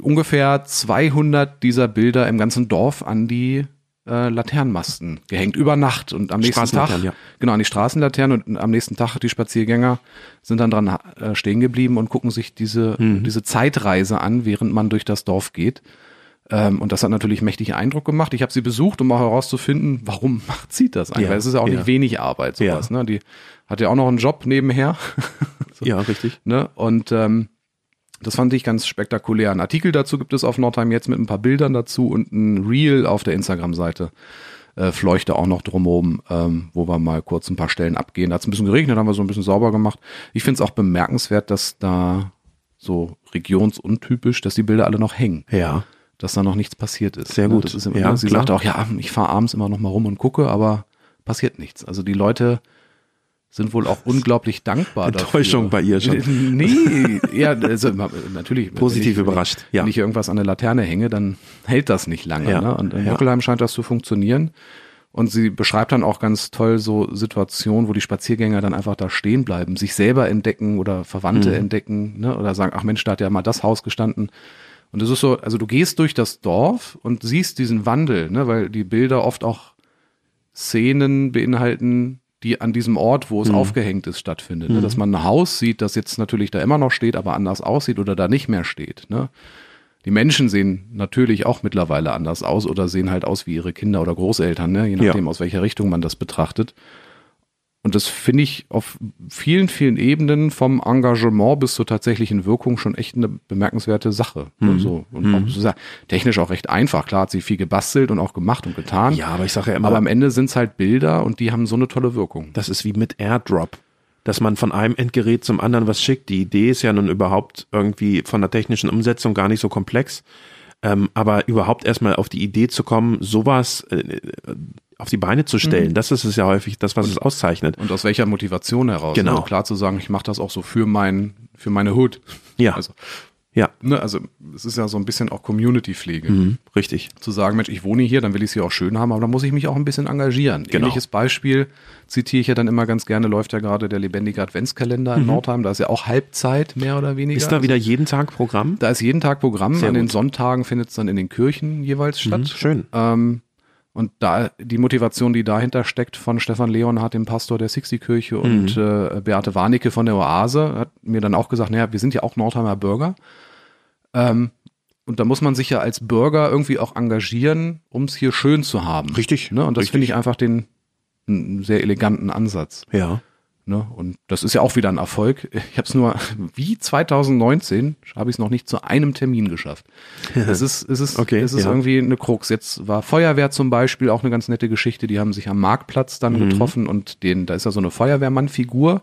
[SPEAKER 2] ungefähr 200 dieser Bilder im ganzen Dorf an die äh, Laternenmasten gehängt über Nacht und am nächsten Tag
[SPEAKER 1] Straßenlaternen, ja.
[SPEAKER 2] genau an die Straßenlaternen und am nächsten Tag die Spaziergänger sind dann dran äh, stehen geblieben und gucken sich diese
[SPEAKER 1] Mhm.
[SPEAKER 2] diese Zeitreise an, während man durch das Dorf geht. Ähm, und das hat natürlich mächtig Eindruck gemacht. Ich habe sie besucht, um auch herauszufinden, warum macht sie das eigentlich?
[SPEAKER 1] Ja,
[SPEAKER 2] Weil es ist ja auch
[SPEAKER 1] ja.
[SPEAKER 2] nicht wenig Arbeit sowas. Ne? Die hat ja auch noch einen Job nebenher.
[SPEAKER 1] ja, richtig.
[SPEAKER 2] Ne? Und ähm, das fand ich ganz spektakulär. Ein Artikel dazu gibt es auf Nordheim jetzt mit ein paar Bildern dazu und ein Reel auf der Instagram-Seite äh, fleuchte auch noch drumherum, ähm, wo wir mal kurz ein paar Stellen abgehen. Da hat es ein bisschen geregnet, haben wir so ein bisschen sauber gemacht. Ich finde es auch bemerkenswert, dass da so regionsuntypisch, dass die Bilder alle noch hängen,
[SPEAKER 1] Ja.
[SPEAKER 2] dass da noch nichts passiert ist.
[SPEAKER 1] Sehr
[SPEAKER 2] Ne?
[SPEAKER 1] gut.
[SPEAKER 2] Das ist immer,
[SPEAKER 1] Ja,
[SPEAKER 2] sie
[SPEAKER 1] klar.
[SPEAKER 2] sagte auch, ja, ich fahre abends immer noch mal rum und gucke, aber passiert nichts. Also die Leute sind wohl auch unglaublich dankbar
[SPEAKER 1] Enttäuschung
[SPEAKER 2] dafür.
[SPEAKER 1] bei ihr schon.
[SPEAKER 2] Nee, ja, also ma- natürlich.
[SPEAKER 1] Positiv
[SPEAKER 2] wenn ich,
[SPEAKER 1] überrascht,
[SPEAKER 2] Wenn ich,
[SPEAKER 1] ja.
[SPEAKER 2] wenn ich irgendwas an der Laterne hänge, dann hält das nicht lange.
[SPEAKER 1] Ja,
[SPEAKER 2] Ne? Und in
[SPEAKER 1] ja.
[SPEAKER 2] Hockelheim scheint das zu funktionieren. Und sie beschreibt dann auch ganz toll so Situationen, wo die Spaziergänger dann einfach da stehen bleiben, sich selber entdecken oder Verwandte
[SPEAKER 1] Mhm.
[SPEAKER 2] entdecken ne? oder sagen, ach Mensch, da hat ja mal das Haus gestanden. Und es ist so, also du gehst durch das Dorf und siehst diesen Wandel, ne? weil die Bilder oft auch Szenen beinhalten, die an diesem Ort, wo es
[SPEAKER 1] Mhm.
[SPEAKER 2] aufgehängt ist, stattfindet. Ne? Dass man ein Haus sieht, das jetzt natürlich da immer noch steht, aber anders aussieht oder da nicht mehr steht. Ne? Die Menschen sehen natürlich auch mittlerweile anders aus oder sehen halt aus wie ihre Kinder oder Großeltern, ne? je
[SPEAKER 1] Ja.
[SPEAKER 2] nachdem, aus welcher Richtung man das betrachtet. Und das finde ich auf vielen, vielen Ebenen vom Engagement bis zur tatsächlichen Wirkung schon echt eine bemerkenswerte Sache.
[SPEAKER 1] Mhm.
[SPEAKER 2] ne, So. Und auch, es ist ja technisch auch recht einfach. Klar hat sie viel gebastelt und auch gemacht und getan.
[SPEAKER 1] Ja, aber ich sage ja immer,
[SPEAKER 2] Aber am Ende sind es halt Bilder und die haben so eine tolle Wirkung.
[SPEAKER 1] Das ist wie mit AirDrop, dass man von einem Endgerät zum anderen was schickt. Die Idee ist ja nun überhaupt irgendwie von der technischen Umsetzung gar nicht so komplex. Ähm, aber überhaupt erstmal auf die Idee zu kommen, sowas äh, auf die Beine zu stellen, das ist es ja häufig, das, was es auszeichnet.
[SPEAKER 2] Und aus welcher Motivation heraus?
[SPEAKER 1] Genau.
[SPEAKER 2] Also klar zu sagen, ich mache das auch so für mein, für meine Hood.
[SPEAKER 1] Ja,
[SPEAKER 2] Also,
[SPEAKER 1] ja,
[SPEAKER 2] ne, also es ist ja so ein bisschen auch Community-Pflege.
[SPEAKER 1] mhm, richtig.
[SPEAKER 2] Zu sagen, Mensch, ich wohne hier, dann will ich es hier auch schön haben, aber dann muss ich mich auch ein bisschen engagieren.
[SPEAKER 1] Genau.
[SPEAKER 2] Ähnliches Beispiel zitiere ich ja dann immer ganz gerne, läuft ja gerade der lebendige Adventskalender in Nordheim, da ist ja auch Halbzeit, mehr oder weniger.
[SPEAKER 1] Mhm. Ist da wieder jeden Tag Programm?
[SPEAKER 2] Da ist jeden Tag Programm.
[SPEAKER 1] Sehr
[SPEAKER 2] An den
[SPEAKER 1] gut.
[SPEAKER 2] Sonntagen findet es dann in den Kirchen jeweils statt.
[SPEAKER 1] Mhm, Schön.
[SPEAKER 2] Ähm, und da die Motivation, die dahinter steckt von Stefan Leonhardt, dem Pastor der Sixty-Kirche und
[SPEAKER 1] Mhm.
[SPEAKER 2] äh, Beate Warnecke von der Oase, hat mir dann auch gesagt, naja, wir sind ja auch Nordheimer Bürger. Ähm, und da muss man sich ja als Bürger irgendwie auch engagieren, um es hier schön zu haben.
[SPEAKER 1] Richtig,
[SPEAKER 2] Ne? Und das
[SPEAKER 1] richtig.
[SPEAKER 2] finde ich einfach den einen sehr eleganten Ansatz.
[SPEAKER 1] Ja.
[SPEAKER 2] Ne? Und das ist ja auch wieder ein Erfolg. Ich habe es nur, wie 2019, habe ich es noch nicht zu einem Termin geschafft. Es ist, es ist,
[SPEAKER 1] Okay,
[SPEAKER 2] es ist
[SPEAKER 1] ja.
[SPEAKER 2] irgendwie eine Krux. Jetzt war Feuerwehr zum Beispiel auch eine ganz nette Geschichte. Die haben sich am Marktplatz dann
[SPEAKER 1] Mhm.
[SPEAKER 2] getroffen und den, da ist ja so eine Feuerwehrmann-Figur,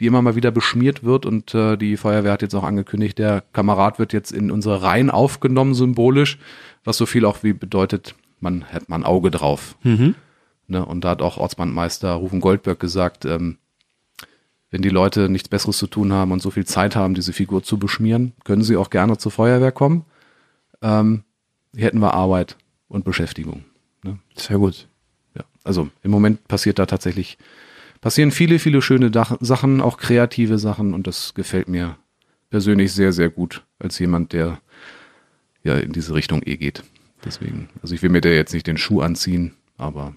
[SPEAKER 2] die immer mal wieder beschmiert wird. Und äh, die Feuerwehr hat jetzt auch angekündigt, der Kamerad wird jetzt in unsere Reihen aufgenommen, symbolisch, was so viel auch wie bedeutet, man hat mal ein Auge drauf.
[SPEAKER 1] Mhm.
[SPEAKER 2] Ne? Und da hat auch Ortsbandmeister Rufen Goldberg gesagt, ähm, wenn die Leute nichts Besseres zu tun haben und so viel Zeit haben, diese Figur zu beschmieren, können sie auch gerne zur Feuerwehr kommen. Ähm, hier hätten wir Arbeit und Beschäftigung. ne?
[SPEAKER 1] Sehr gut.
[SPEAKER 2] Ja. Also im Moment passiert da tatsächlich, passieren viele, viele schöne Dach Sachen, auch kreative Sachen und das gefällt mir persönlich sehr, sehr gut als jemand, der ja in diese Richtung eh geht. Deswegen, also ich will mir da jetzt nicht den Schuh anziehen, aber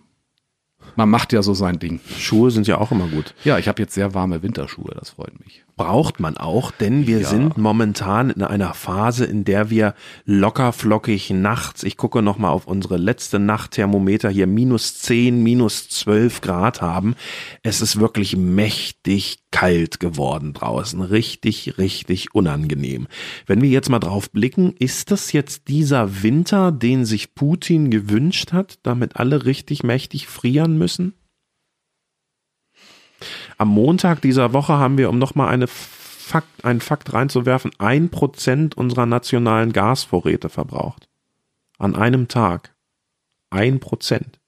[SPEAKER 2] man macht ja so sein Ding.
[SPEAKER 1] Schuhe sind ja auch immer gut.
[SPEAKER 2] Ja, ich habe jetzt sehr warme Winterschuhe, das freut mich.
[SPEAKER 1] braucht man auch, denn wir
[SPEAKER 2] Ja.
[SPEAKER 1] sind momentan in einer Phase, in der wir locker flockig nachts, ich gucke nochmal auf unsere letzte Nachtthermometer hier, minus 10, minus 12 Grad haben. Es ist wirklich mächtig kalt geworden draußen. Richtig, richtig unangenehm. Wenn wir jetzt mal drauf blicken, ist das jetzt dieser Winter, den sich Putin gewünscht hat, damit alle richtig mächtig frieren müssen? Am Montag dieser Woche haben wir, um nochmal eine Fakt, einen Fakt reinzuwerfen, ein Prozent unserer nationalen Gasvorräte verbraucht. An einem Tag. Ein Prozent.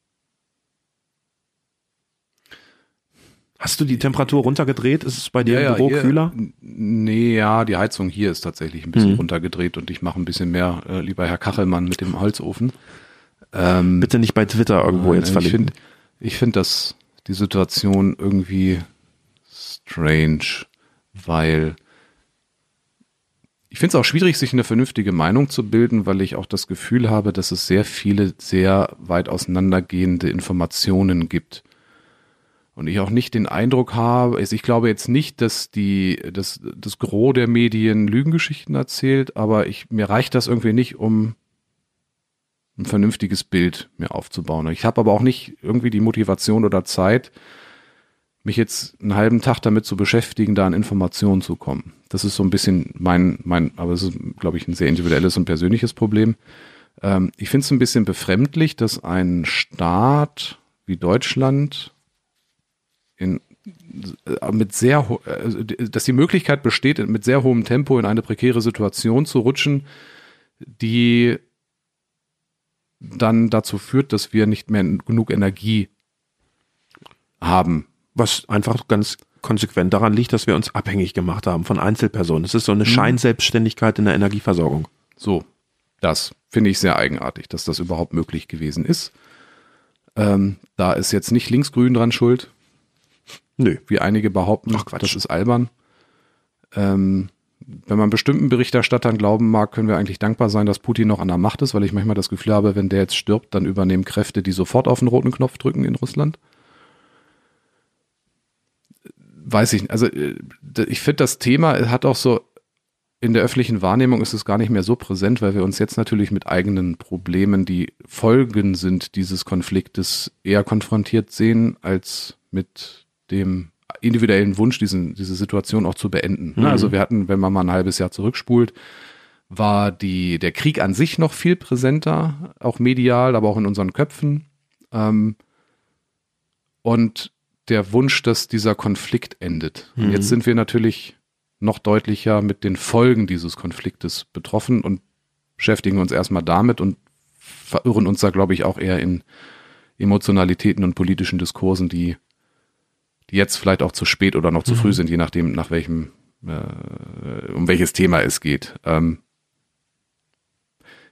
[SPEAKER 1] Hast du die Temperatur runtergedreht? Ist es bei dir im Büro
[SPEAKER 2] hier-
[SPEAKER 1] kühler?
[SPEAKER 2] n- Nee, ja, die Heizung hier ist tatsächlich ein bisschen
[SPEAKER 1] Mhm.
[SPEAKER 2] runtergedreht und ich mache ein bisschen mehr, äh, lieber Herr Kachelmann, mit dem Holzofen. Ähm,
[SPEAKER 1] Bitte nicht bei Twitter irgendwo jetzt
[SPEAKER 2] ich
[SPEAKER 1] verlinken.
[SPEAKER 2] finde, ich find, dass die Situation irgendwie strange, weil ich finde es auch schwierig, sich eine vernünftige Meinung zu bilden, weil ich auch das Gefühl habe, dass es sehr viele sehr weit auseinandergehende Informationen gibt. Und ich auch nicht den Eindruck habe, also ich glaube jetzt nicht, dass die, dass das Gros der Medien Lügengeschichten erzählt, aber ich, mir reicht das irgendwie nicht, um ein vernünftiges Bild mir aufzubauen. Ich habe aber auch nicht irgendwie die Motivation oder Zeit, mich jetzt einen halben Tag damit zu beschäftigen, da an Informationen zu kommen. Das ist so ein bisschen mein, mein, aber es ist, glaube ich, ein sehr individuelles und persönliches Problem. Ähm, ich finde es ein bisschen befremdlich, dass ein Staat wie Deutschland in, äh, mit sehr, ho- äh, dass die Möglichkeit besteht, mit sehr hohem Tempo in eine prekäre Situation zu rutschen, die dann dazu führt, dass wir nicht mehr genug Energie haben.
[SPEAKER 1] Was einfach ganz konsequent daran liegt, dass wir uns abhängig gemacht haben von Einzelpersonen. Es ist so eine Scheinselbstständigkeit in der Energieversorgung.
[SPEAKER 2] So, das finde ich sehr eigenartig, dass das überhaupt möglich gewesen ist. Ähm, da ist jetzt nicht linksgrün dran schuld,
[SPEAKER 1] Nö.
[SPEAKER 2] wie einige behaupten.
[SPEAKER 1] Ach, Quatsch.
[SPEAKER 2] Das ist albern. Ähm, wenn man bestimmten Berichterstattern glauben mag, können wir eigentlich dankbar sein, dass Putin noch an der Macht ist, weil ich manchmal das Gefühl habe, wenn der jetzt stirbt, dann übernehmen Kräfte, die sofort auf den roten Knopf drücken in Russland. Weiß ich nicht. Also äh, d- ich finde, das Thema äh, hat auch so, in der öffentlichen Wahrnehmung ist es gar nicht mehr so präsent, weil wir uns jetzt natürlich mit eigenen Problemen, die Folgen sind dieses Konfliktes, eher konfrontiert sehen, als mit dem individuellen Wunsch, diesen, diese Situation auch zu beenden. ne?
[SPEAKER 1] Mhm.
[SPEAKER 2] Also wir hatten, wenn man mal ein halbes Jahr zurückspult, war die, der Krieg an sich noch viel präsenter, auch medial, aber auch in unseren Köpfen. Ähm, und der Wunsch, dass dieser Konflikt endet. Und
[SPEAKER 1] Mhm.
[SPEAKER 2] jetzt sind wir natürlich noch deutlicher mit den Folgen dieses Konfliktes betroffen und beschäftigen uns erstmal damit und verirren uns da, glaube ich, auch eher in Emotionalitäten und politischen Diskursen, die, die jetzt vielleicht auch zu spät oder noch zu früh sind, je nachdem, nach welchem, äh, um welches Thema es geht. Ähm,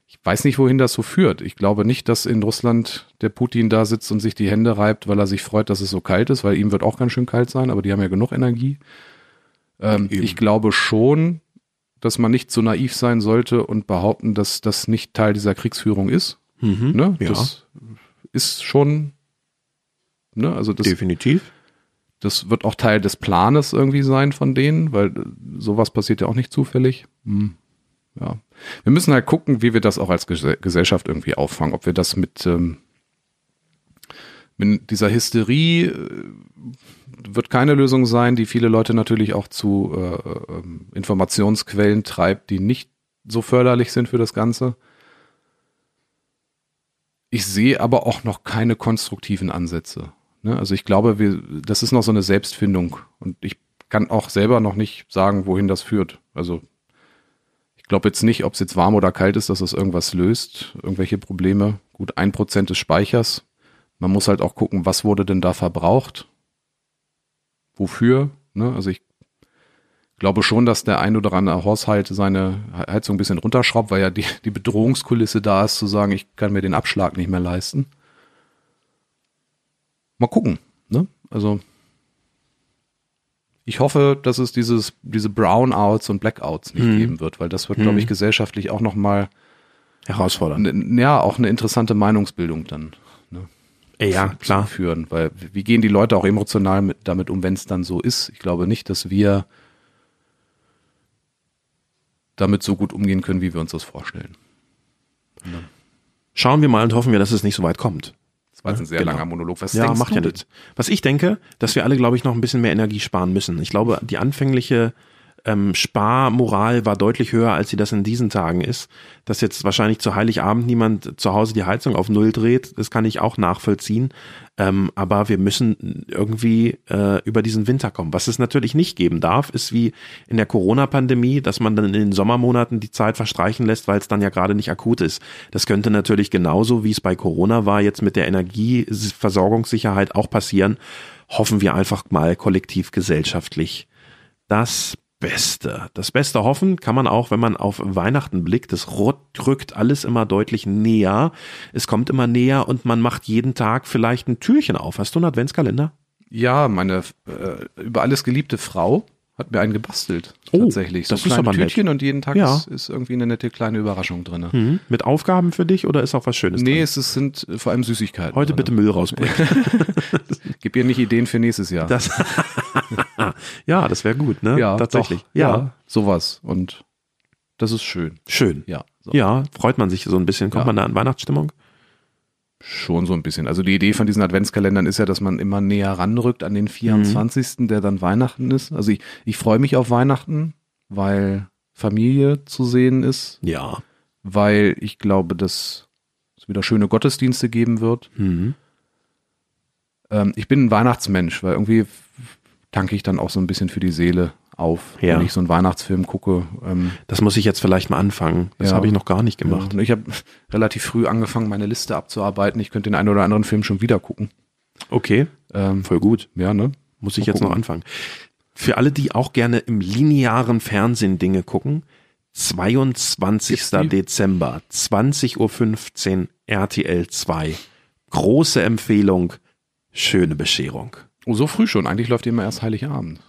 [SPEAKER 2] ich weiß nicht, wohin das so führt. Ich glaube nicht, dass in Russland der Putin da sitzt und sich die Hände reibt, weil er sich freut, dass es so kalt ist, weil ihm wird auch ganz schön kalt sein, aber die haben ja genug Energie. Ähm,
[SPEAKER 1] Eben.
[SPEAKER 2] ich glaube schon, dass man nicht so naiv sein sollte und behaupten, dass das nicht Teil dieser Kriegsführung ist.
[SPEAKER 1] Mhm.
[SPEAKER 2] Ne?
[SPEAKER 1] Ja,
[SPEAKER 2] Das ist schon, ne? also das,
[SPEAKER 1] definitiv.
[SPEAKER 2] das wird auch Teil des Planes irgendwie sein von denen, weil äh, sowas passiert ja auch nicht zufällig. Hm. Ja. Wir müssen halt gucken, wie wir das auch als Gese- Gesellschaft irgendwie auffangen, ob wir das mit, ähm, mit dieser Hysterie äh, wird keine Lösung sein, die viele Leute natürlich auch zu äh, ähm, Informationsquellen treibt, die nicht so förderlich sind für das Ganze. Ich sehe aber auch noch keine konstruktiven Ansätze. Ne? Also ich glaube, wir, das ist noch so eine Selbstfindung. Und ich kann auch selber noch nicht sagen, wohin das führt. Also ich glaube jetzt nicht, ob es jetzt warm oder kalt ist, dass das irgendwas löst, irgendwelche Probleme. Gut, ein Prozent des Speichers. Man muss halt auch gucken, was wurde denn da verbraucht? Wofür? Ne? Also ich glaube schon, dass der ein oder andere Haushalt seine Heizung ein bisschen runterschraubt, weil ja die, die Bedrohungskulisse da ist, zu sagen, ich kann mir den Abschlag nicht mehr leisten. Mal gucken. Ne? Also ich hoffe, dass es dieses, diese Brownouts und Blackouts nicht
[SPEAKER 1] Mhm.
[SPEAKER 2] geben wird, weil das wird, glaube ich,
[SPEAKER 1] Mhm.
[SPEAKER 2] gesellschaftlich auch nochmal,
[SPEAKER 1] Herausfordernd.
[SPEAKER 2] ja, auch eine interessante Meinungsbildung dann ne?
[SPEAKER 1] Ja,
[SPEAKER 2] zu
[SPEAKER 1] klar.
[SPEAKER 2] führen, weil wie gehen die Leute auch emotional mit, damit um, wenn es dann so ist? Ich glaube nicht, dass wir damit so gut umgehen können, wie wir uns das vorstellen.
[SPEAKER 1] Schauen wir mal und hoffen wir, dass es nicht so weit kommt.
[SPEAKER 2] Das war jetzt ein sehr
[SPEAKER 1] Genau.
[SPEAKER 2] langer Monolog. Was
[SPEAKER 1] ja,
[SPEAKER 2] denkst
[SPEAKER 1] macht
[SPEAKER 2] du
[SPEAKER 1] ja
[SPEAKER 2] denn?
[SPEAKER 1] nichts. Was ich denke, dass wir alle, glaube ich, noch ein bisschen mehr Energie sparen müssen. Ich glaube, die anfängliche ähm, Sparmoral war deutlich höher, als sie das in diesen Tagen ist. Dass jetzt wahrscheinlich zu Heiligabend niemand zu Hause die Heizung auf Null dreht, das kann ich auch nachvollziehen. Ähm, aber wir müssen irgendwie äh, über diesen Winter kommen. Was es natürlich nicht geben darf, ist wie in der Corona-Pandemie, dass man dann in den Sommermonaten die Zeit verstreichen lässt, weil es dann ja gerade nicht akut ist. Das könnte natürlich genauso, wie es bei Corona war, jetzt mit der Energieversorgungssicherheit auch passieren. Hoffen wir einfach mal kollektiv gesellschaftlich das Beste. Das Beste hoffen kann man auch, wenn man auf Weihnachten blickt. Das Rot rückt alles immer deutlich näher. Es kommt immer näher und man macht jeden Tag vielleicht ein Türchen auf. Hast du einen Adventskalender?
[SPEAKER 2] Ja, meine äh, über alles geliebte Frau hat mir einen gebastelt.
[SPEAKER 1] Oh,
[SPEAKER 2] tatsächlich. So
[SPEAKER 1] das ist
[SPEAKER 2] kleine
[SPEAKER 1] aber nett.
[SPEAKER 2] Tütchen und jeden Tag
[SPEAKER 1] Ja.
[SPEAKER 2] ist, ist irgendwie eine nette kleine Überraschung drin.
[SPEAKER 1] Mit Aufgaben für dich oder ist auch was Schönes?
[SPEAKER 2] Mhm. Nee,
[SPEAKER 1] drin?
[SPEAKER 2] es ist, sind äh, vor allem Süßigkeiten.
[SPEAKER 1] Heute bitte
[SPEAKER 2] drin.
[SPEAKER 1] Müll rausbringen.
[SPEAKER 2] Gib ihr nicht Ideen für nächstes Jahr.
[SPEAKER 1] Das ja, das wäre gut, ne? tatsächlich.
[SPEAKER 2] Doch,
[SPEAKER 1] ja.
[SPEAKER 2] ja. sowas. Und das ist schön.
[SPEAKER 1] schön.
[SPEAKER 2] Ja, so.
[SPEAKER 1] Ja, freut man sich so ein bisschen. Kommt
[SPEAKER 2] Ja.
[SPEAKER 1] man da in Weihnachtsstimmung?
[SPEAKER 2] Schon so ein bisschen. Also die Idee von diesen Adventskalendern ist ja, dass man immer näher ranrückt an
[SPEAKER 1] Mhm.
[SPEAKER 2] den 24., der dann Weihnachten ist. Also ich, ich freue mich auf Weihnachten, weil Familie zu sehen ist,
[SPEAKER 1] Ja.
[SPEAKER 2] weil ich glaube, dass es wieder schöne Gottesdienste geben wird.
[SPEAKER 1] Mhm.
[SPEAKER 2] Ähm, ich bin ein Weihnachtsmensch, weil irgendwie tanke ich dann auch so ein bisschen für die Seele auf,
[SPEAKER 1] Ja.
[SPEAKER 2] wenn ich so einen Weihnachtsfilm gucke. Ähm,
[SPEAKER 1] Das muss ich jetzt vielleicht mal anfangen. Das
[SPEAKER 2] Ja. Mhm.
[SPEAKER 1] habe ich noch gar nicht gemacht.
[SPEAKER 2] Ja, ich habe relativ früh angefangen, meine Liste abzuarbeiten. Ich könnte den einen oder anderen Film schon wieder gucken.
[SPEAKER 1] Okay,
[SPEAKER 2] Ähm,
[SPEAKER 1] voll gut.
[SPEAKER 2] ja, ne?
[SPEAKER 1] Muss ich
[SPEAKER 2] Mal
[SPEAKER 1] jetzt
[SPEAKER 2] gucken.
[SPEAKER 1] noch anfangen. Für alle, die auch gerne im linearen Fernsehen Dinge gucken, 22.
[SPEAKER 2] Gibt's die?
[SPEAKER 1] Dezember, 20.15 Uhr, RTL 2. Große Empfehlung, schöne Bescherung.
[SPEAKER 2] Oh, so früh schon. Eigentlich läuft die immer erst Heiligabend.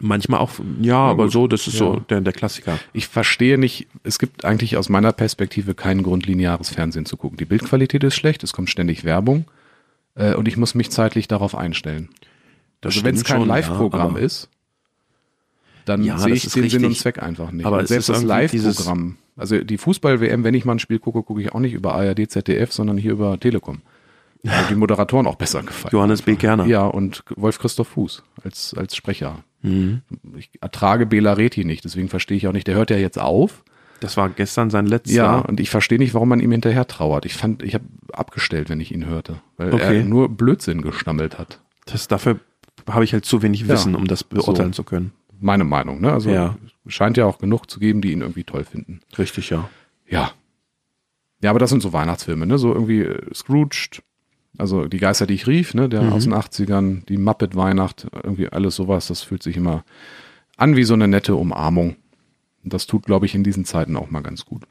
[SPEAKER 1] Manchmal auch, ja, aber
[SPEAKER 2] gut.
[SPEAKER 1] so, das ist
[SPEAKER 2] Ja.
[SPEAKER 1] so der, der Klassiker.
[SPEAKER 2] Ich verstehe nicht, es gibt eigentlich aus meiner Perspektive keinen Grund, lineares Fernsehen zu gucken. Die Bildqualität ist schlecht, es kommt ständig Werbung äh, und ich muss mich zeitlich darauf einstellen.
[SPEAKER 1] Das
[SPEAKER 2] also wenn es
[SPEAKER 1] stimmt
[SPEAKER 2] kein
[SPEAKER 1] schon,
[SPEAKER 2] Live-Programm
[SPEAKER 1] aber-
[SPEAKER 2] ist, dann
[SPEAKER 1] Ja,
[SPEAKER 2] sehe
[SPEAKER 1] das
[SPEAKER 2] ich den
[SPEAKER 1] ist
[SPEAKER 2] Sinn und
[SPEAKER 1] richtig.
[SPEAKER 2] Zweck einfach nicht.
[SPEAKER 1] Aber
[SPEAKER 2] und
[SPEAKER 1] es
[SPEAKER 2] selbst
[SPEAKER 1] ist
[SPEAKER 2] das
[SPEAKER 1] irgendwie dieses-
[SPEAKER 2] Live-Programm, also die Fußball-WM, wenn ich mal ein Spiel gucke, gucke ich auch nicht über ARD, ZDF, sondern hier über Telekom. Weil die Moderatoren auch besser gefallen.
[SPEAKER 1] Johannes B. Kerner.
[SPEAKER 2] Ja, und Wolf-Christoph Fuß als, als Sprecher.
[SPEAKER 1] Mhm.
[SPEAKER 2] Ich ertrage Bela Reti nicht, deswegen verstehe ich auch nicht, der hört ja jetzt auf.
[SPEAKER 1] Das war gestern sein letzter.
[SPEAKER 2] Ja, und ich verstehe nicht, warum man ihm hinterher trauert. Ich fand, ich habe abgestellt, wenn ich ihn hörte, weil
[SPEAKER 1] Okay.
[SPEAKER 2] er nur Blödsinn gestammelt hat.
[SPEAKER 1] Das, dafür habe ich halt zu wenig
[SPEAKER 2] Ja.
[SPEAKER 1] Wissen, um das beurteilen zu können.
[SPEAKER 2] Meine Meinung, ne? Also
[SPEAKER 1] Ja.
[SPEAKER 2] scheint ja auch genug zu geben, die ihn irgendwie toll finden.
[SPEAKER 1] Richtig, ja.
[SPEAKER 2] Ja, Ja, aber das sind so Weihnachtsfilme, ne? So irgendwie äh, Scrooged, also die Geister, die ich rief, ne? Der
[SPEAKER 1] Mhm.
[SPEAKER 2] aus den 80ern, die Muppet-Weihnacht, irgendwie alles sowas, das fühlt sich immer an wie so eine nette Umarmung. Und das tut, glaube ich, in diesen Zeiten auch mal ganz gut.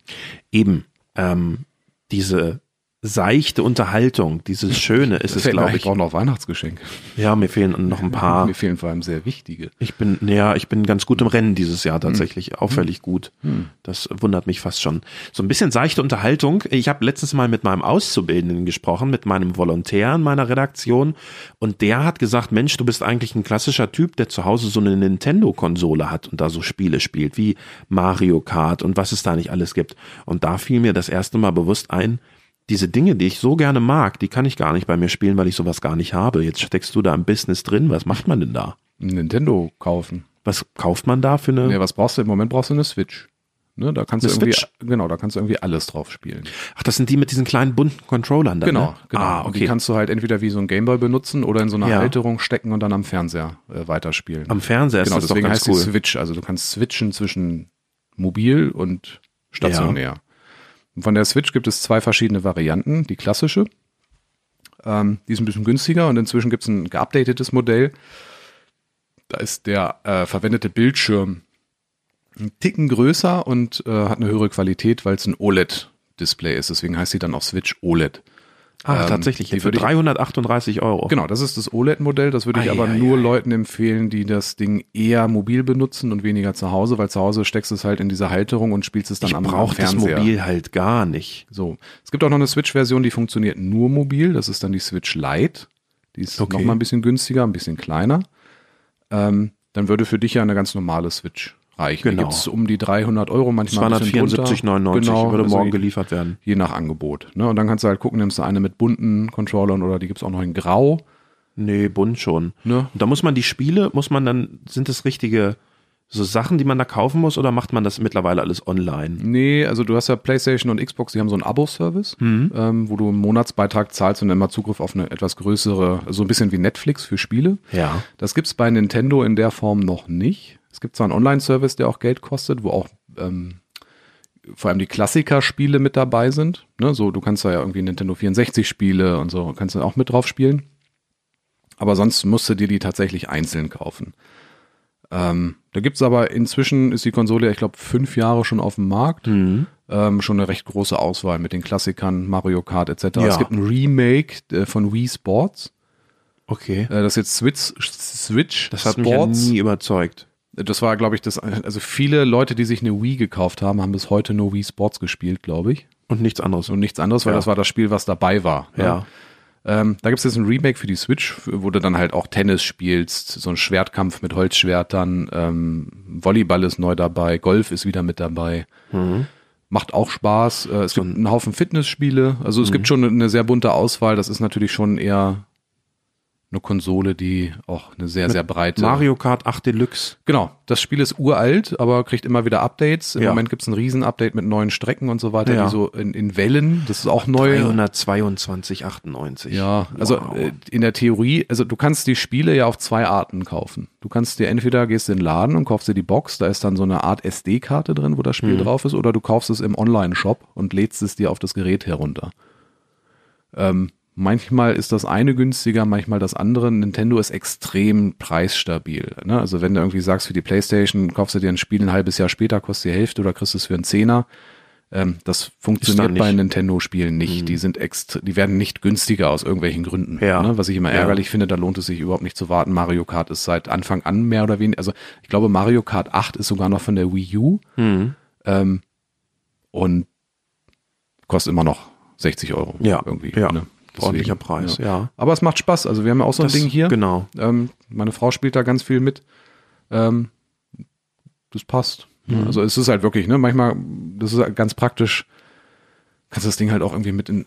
[SPEAKER 1] Eben ähm, diese seichte Unterhaltung, dieses Schöne ist es,
[SPEAKER 2] Fällt mir ein,
[SPEAKER 1] glaube
[SPEAKER 2] ich
[SPEAKER 1] ich.
[SPEAKER 2] brauche noch Weihnachtsgeschenke.
[SPEAKER 1] Ja, mir fehlen noch ein paar.
[SPEAKER 2] Mir fehlen vor allem sehr wichtige.
[SPEAKER 1] Ich bin, ja, ich bin ganz gut im Rennen dieses Jahr tatsächlich, auffällig gut.
[SPEAKER 2] Hm.
[SPEAKER 1] Das wundert mich fast schon. So ein bisschen seichte Unterhaltung. Ich habe letztens mal mit meinem Auszubildenden gesprochen, mit meinem Volontär in meiner Redaktion. Und der hat gesagt, Mensch, du bist eigentlich ein klassischer Typ, der zu Hause so eine Nintendo-Konsole hat und da so Spiele spielt, wie Mario Kart und was es da nicht alles gibt. Und da fiel mir das erste Mal bewusst ein, diese Dinge, die ich so gerne mag, die kann ich gar nicht bei mir spielen, weil ich sowas gar nicht habe. Jetzt steckst du da im Business drin. Was macht man denn da?
[SPEAKER 2] Ein Nintendo kaufen.
[SPEAKER 1] Was kauft man da für eine?
[SPEAKER 2] Ja, was brauchst du? Im Moment brauchst du eine Switch. Ne, da kannst
[SPEAKER 1] Eine
[SPEAKER 2] du irgendwie,
[SPEAKER 1] Switch?
[SPEAKER 2] genau, da kannst du irgendwie alles drauf spielen.
[SPEAKER 1] Ach, das sind die mit diesen kleinen bunten Controllern da.
[SPEAKER 2] Genau,
[SPEAKER 1] ne?
[SPEAKER 2] genau.
[SPEAKER 1] Ah,
[SPEAKER 2] Und Die
[SPEAKER 1] okay.
[SPEAKER 2] kannst du halt entweder wie so ein Gameboy benutzen oder in so eine
[SPEAKER 1] Ja.
[SPEAKER 2] Halterung stecken und dann am Fernseher äh, weiterspielen.
[SPEAKER 1] Am Fernseher ist
[SPEAKER 2] genau,
[SPEAKER 1] das doch
[SPEAKER 2] deswegen heißt
[SPEAKER 1] ganz
[SPEAKER 2] die
[SPEAKER 1] cool.
[SPEAKER 2] Switch. Also du kannst switchen zwischen mobil und stationär. Und von der Switch gibt es zwei verschiedene Varianten. Die klassische, ähm, die ist ein bisschen günstiger und inzwischen gibt es ein geupdatetes Modell. Da ist der äh, verwendete Bildschirm einen Ticken größer und äh, hat eine höhere Qualität, weil es ein OLED-Display ist. Deswegen heißt sie dann auch Switch E OLED.
[SPEAKER 1] Ah,
[SPEAKER 2] ähm,
[SPEAKER 1] tatsächlich.
[SPEAKER 2] die
[SPEAKER 1] Für
[SPEAKER 2] würde ich-
[SPEAKER 1] 338 Euro.
[SPEAKER 2] Genau, das ist das OLED-Modell. Das würde ich
[SPEAKER 1] Ei,
[SPEAKER 2] aber
[SPEAKER 1] ei,
[SPEAKER 2] nur
[SPEAKER 1] ei.
[SPEAKER 2] Leuten empfehlen, die das Ding eher mobil benutzen und weniger zu Hause, weil zu Hause steckst du es halt in diese Halterung und spielst es dann
[SPEAKER 1] Ich
[SPEAKER 2] am, am
[SPEAKER 1] brauche das
[SPEAKER 2] Fernseher.
[SPEAKER 1] Mobil halt gar nicht.
[SPEAKER 2] So. Es gibt auch noch eine Switch-Version, die funktioniert nur mobil. Das ist dann die Switch Lite. Die ist
[SPEAKER 1] Okay.
[SPEAKER 2] noch mal ein bisschen günstiger, ein bisschen kleiner. Ähm, dann würde für dich ja eine ganz normale Switch reichen. Die
[SPEAKER 1] Genau.
[SPEAKER 2] gibt's um die 300 Euro, manchmal ein bisschen drunter.
[SPEAKER 1] 274,99
[SPEAKER 2] Genau,
[SPEAKER 1] würde
[SPEAKER 2] also
[SPEAKER 1] morgen
[SPEAKER 2] je-
[SPEAKER 1] geliefert werden.
[SPEAKER 2] Je nach Angebot. Ne? Und dann kannst du halt gucken, nimmst du eine mit bunten Controllern oder die gibt's auch noch in grau.
[SPEAKER 1] Nee, bunt schon.
[SPEAKER 2] Ne?
[SPEAKER 1] Und da muss man die Spiele, muss man dann, sind das richtige so Sachen, die man da kaufen muss oder macht man das mittlerweile alles online?
[SPEAKER 2] Nee, also du hast ja PlayStation und Xbox, die haben so einen Abo-Service, ähm, wo du einen Monatsbeitrag zahlst und dann immer Zugriff auf eine etwas größere, so ein bisschen wie Netflix für Spiele.
[SPEAKER 1] Ja.
[SPEAKER 2] Das gibt's bei Nintendo in der Form noch nicht. Es gibt zwar einen Online-Service, der auch Geld kostet, wo auch ähm, vor allem die Klassiker-Spiele mit dabei sind. Ne? So, du kannst da ja irgendwie Nintendo 64-Spiele und so, kannst du auch mit drauf spielen. Aber sonst musst du dir die tatsächlich einzeln kaufen. Ähm, da gibt's aber inzwischen, ist die Konsole, ich glaube, fünf Jahre schon auf dem Markt. Ähm, schon eine recht große Auswahl mit den Klassikern, Mario Kart etc.
[SPEAKER 1] Ja.
[SPEAKER 2] Es gibt ein Remake äh, von Wii Sports.
[SPEAKER 1] Okay.
[SPEAKER 2] Äh, das ist jetzt Switch, Switch
[SPEAKER 1] Das hat mich ja
[SPEAKER 2] Sports.
[SPEAKER 1] nie überzeugt.
[SPEAKER 2] das war, glaube ich, das. Also viele Leute, die sich eine Wii gekauft haben, haben bis heute nur Wii Sports gespielt, glaube ich.
[SPEAKER 1] Und nichts anderes.
[SPEAKER 2] Und nichts anderes, weil
[SPEAKER 1] Ja.
[SPEAKER 2] das war das Spiel, was dabei war. ne?
[SPEAKER 1] ja.
[SPEAKER 2] Ähm, da gibt es jetzt ein Remake für die Switch, für- wo du dann halt auch Tennis spielst, so ein Schwertkampf mit Holzschwertern, ähm, Volleyball ist neu dabei, Golf ist wieder mit dabei.
[SPEAKER 1] Mhm.
[SPEAKER 2] Macht auch Spaß. Äh, es gibt einen Haufen Fitnessspiele. Also es
[SPEAKER 1] Mhm.
[SPEAKER 2] gibt schon eine sehr bunte Auswahl. Das ist natürlich schon eher eine Konsole, die auch eine sehr, sehr breite.
[SPEAKER 1] Mario Kart 8 Deluxe.
[SPEAKER 2] Genau, das Spiel ist uralt, aber kriegt immer wieder Updates. Im
[SPEAKER 1] Ja.
[SPEAKER 2] Moment gibt es ein Riesen-Update mit neuen Strecken und so weiter,
[SPEAKER 1] Ja.
[SPEAKER 2] die so in, in Wellen, das ist auch neu.
[SPEAKER 1] 322,98.
[SPEAKER 2] Ja, also
[SPEAKER 1] Wow.
[SPEAKER 2] äh, in der Theorie, also du kannst die Spiele ja auf zwei Arten kaufen. Du kannst dir entweder gehst in den Laden und kaufst dir die Box, da ist dann so eine Art SD-Karte drin, wo das Spiel drauf ist, oder du kaufst es im Online-Shop und lädst es dir auf das Gerät herunter. Ähm, manchmal ist das eine günstiger, manchmal das andere. Nintendo ist extrem preisstabil. Ne? Also wenn du irgendwie sagst, für die Playstation kaufst du dir ein Spiel ein halbes Jahr später, kostet die Hälfte oder kriegst es für einen Zehner. Ähm, das funktioniert
[SPEAKER 1] nicht. Mhm.
[SPEAKER 2] bei Nintendo-Spielen nicht. Die sind extra, die werden nicht günstiger aus irgendwelchen Gründen.
[SPEAKER 1] Ja.
[SPEAKER 2] Ne? Was ich immer
[SPEAKER 1] Ja.
[SPEAKER 2] ärgerlich finde, da lohnt es sich überhaupt nicht zu warten. Mario Kart ist seit Anfang an mehr oder weniger, also ich glaube Mario Kart 8 ist sogar noch von der Wii U
[SPEAKER 1] Hm.
[SPEAKER 2] ähm, und kostet immer noch 60 Euro
[SPEAKER 1] Ja,
[SPEAKER 2] irgendwie.
[SPEAKER 1] ja.
[SPEAKER 2] Ne? Deswegen,
[SPEAKER 1] Ordentlicher Preis,
[SPEAKER 2] ja.
[SPEAKER 1] ja.
[SPEAKER 2] Aber es macht Spaß. Also wir haben ja auch so ein Ding hier.
[SPEAKER 1] Genau.
[SPEAKER 2] Ähm, meine Frau spielt da ganz viel mit. Ähm, das passt. Ja,
[SPEAKER 1] Mhm.
[SPEAKER 2] Also es ist halt wirklich, ne, manchmal, das ist halt ganz praktisch, kannst du das Ding halt auch irgendwie mit in,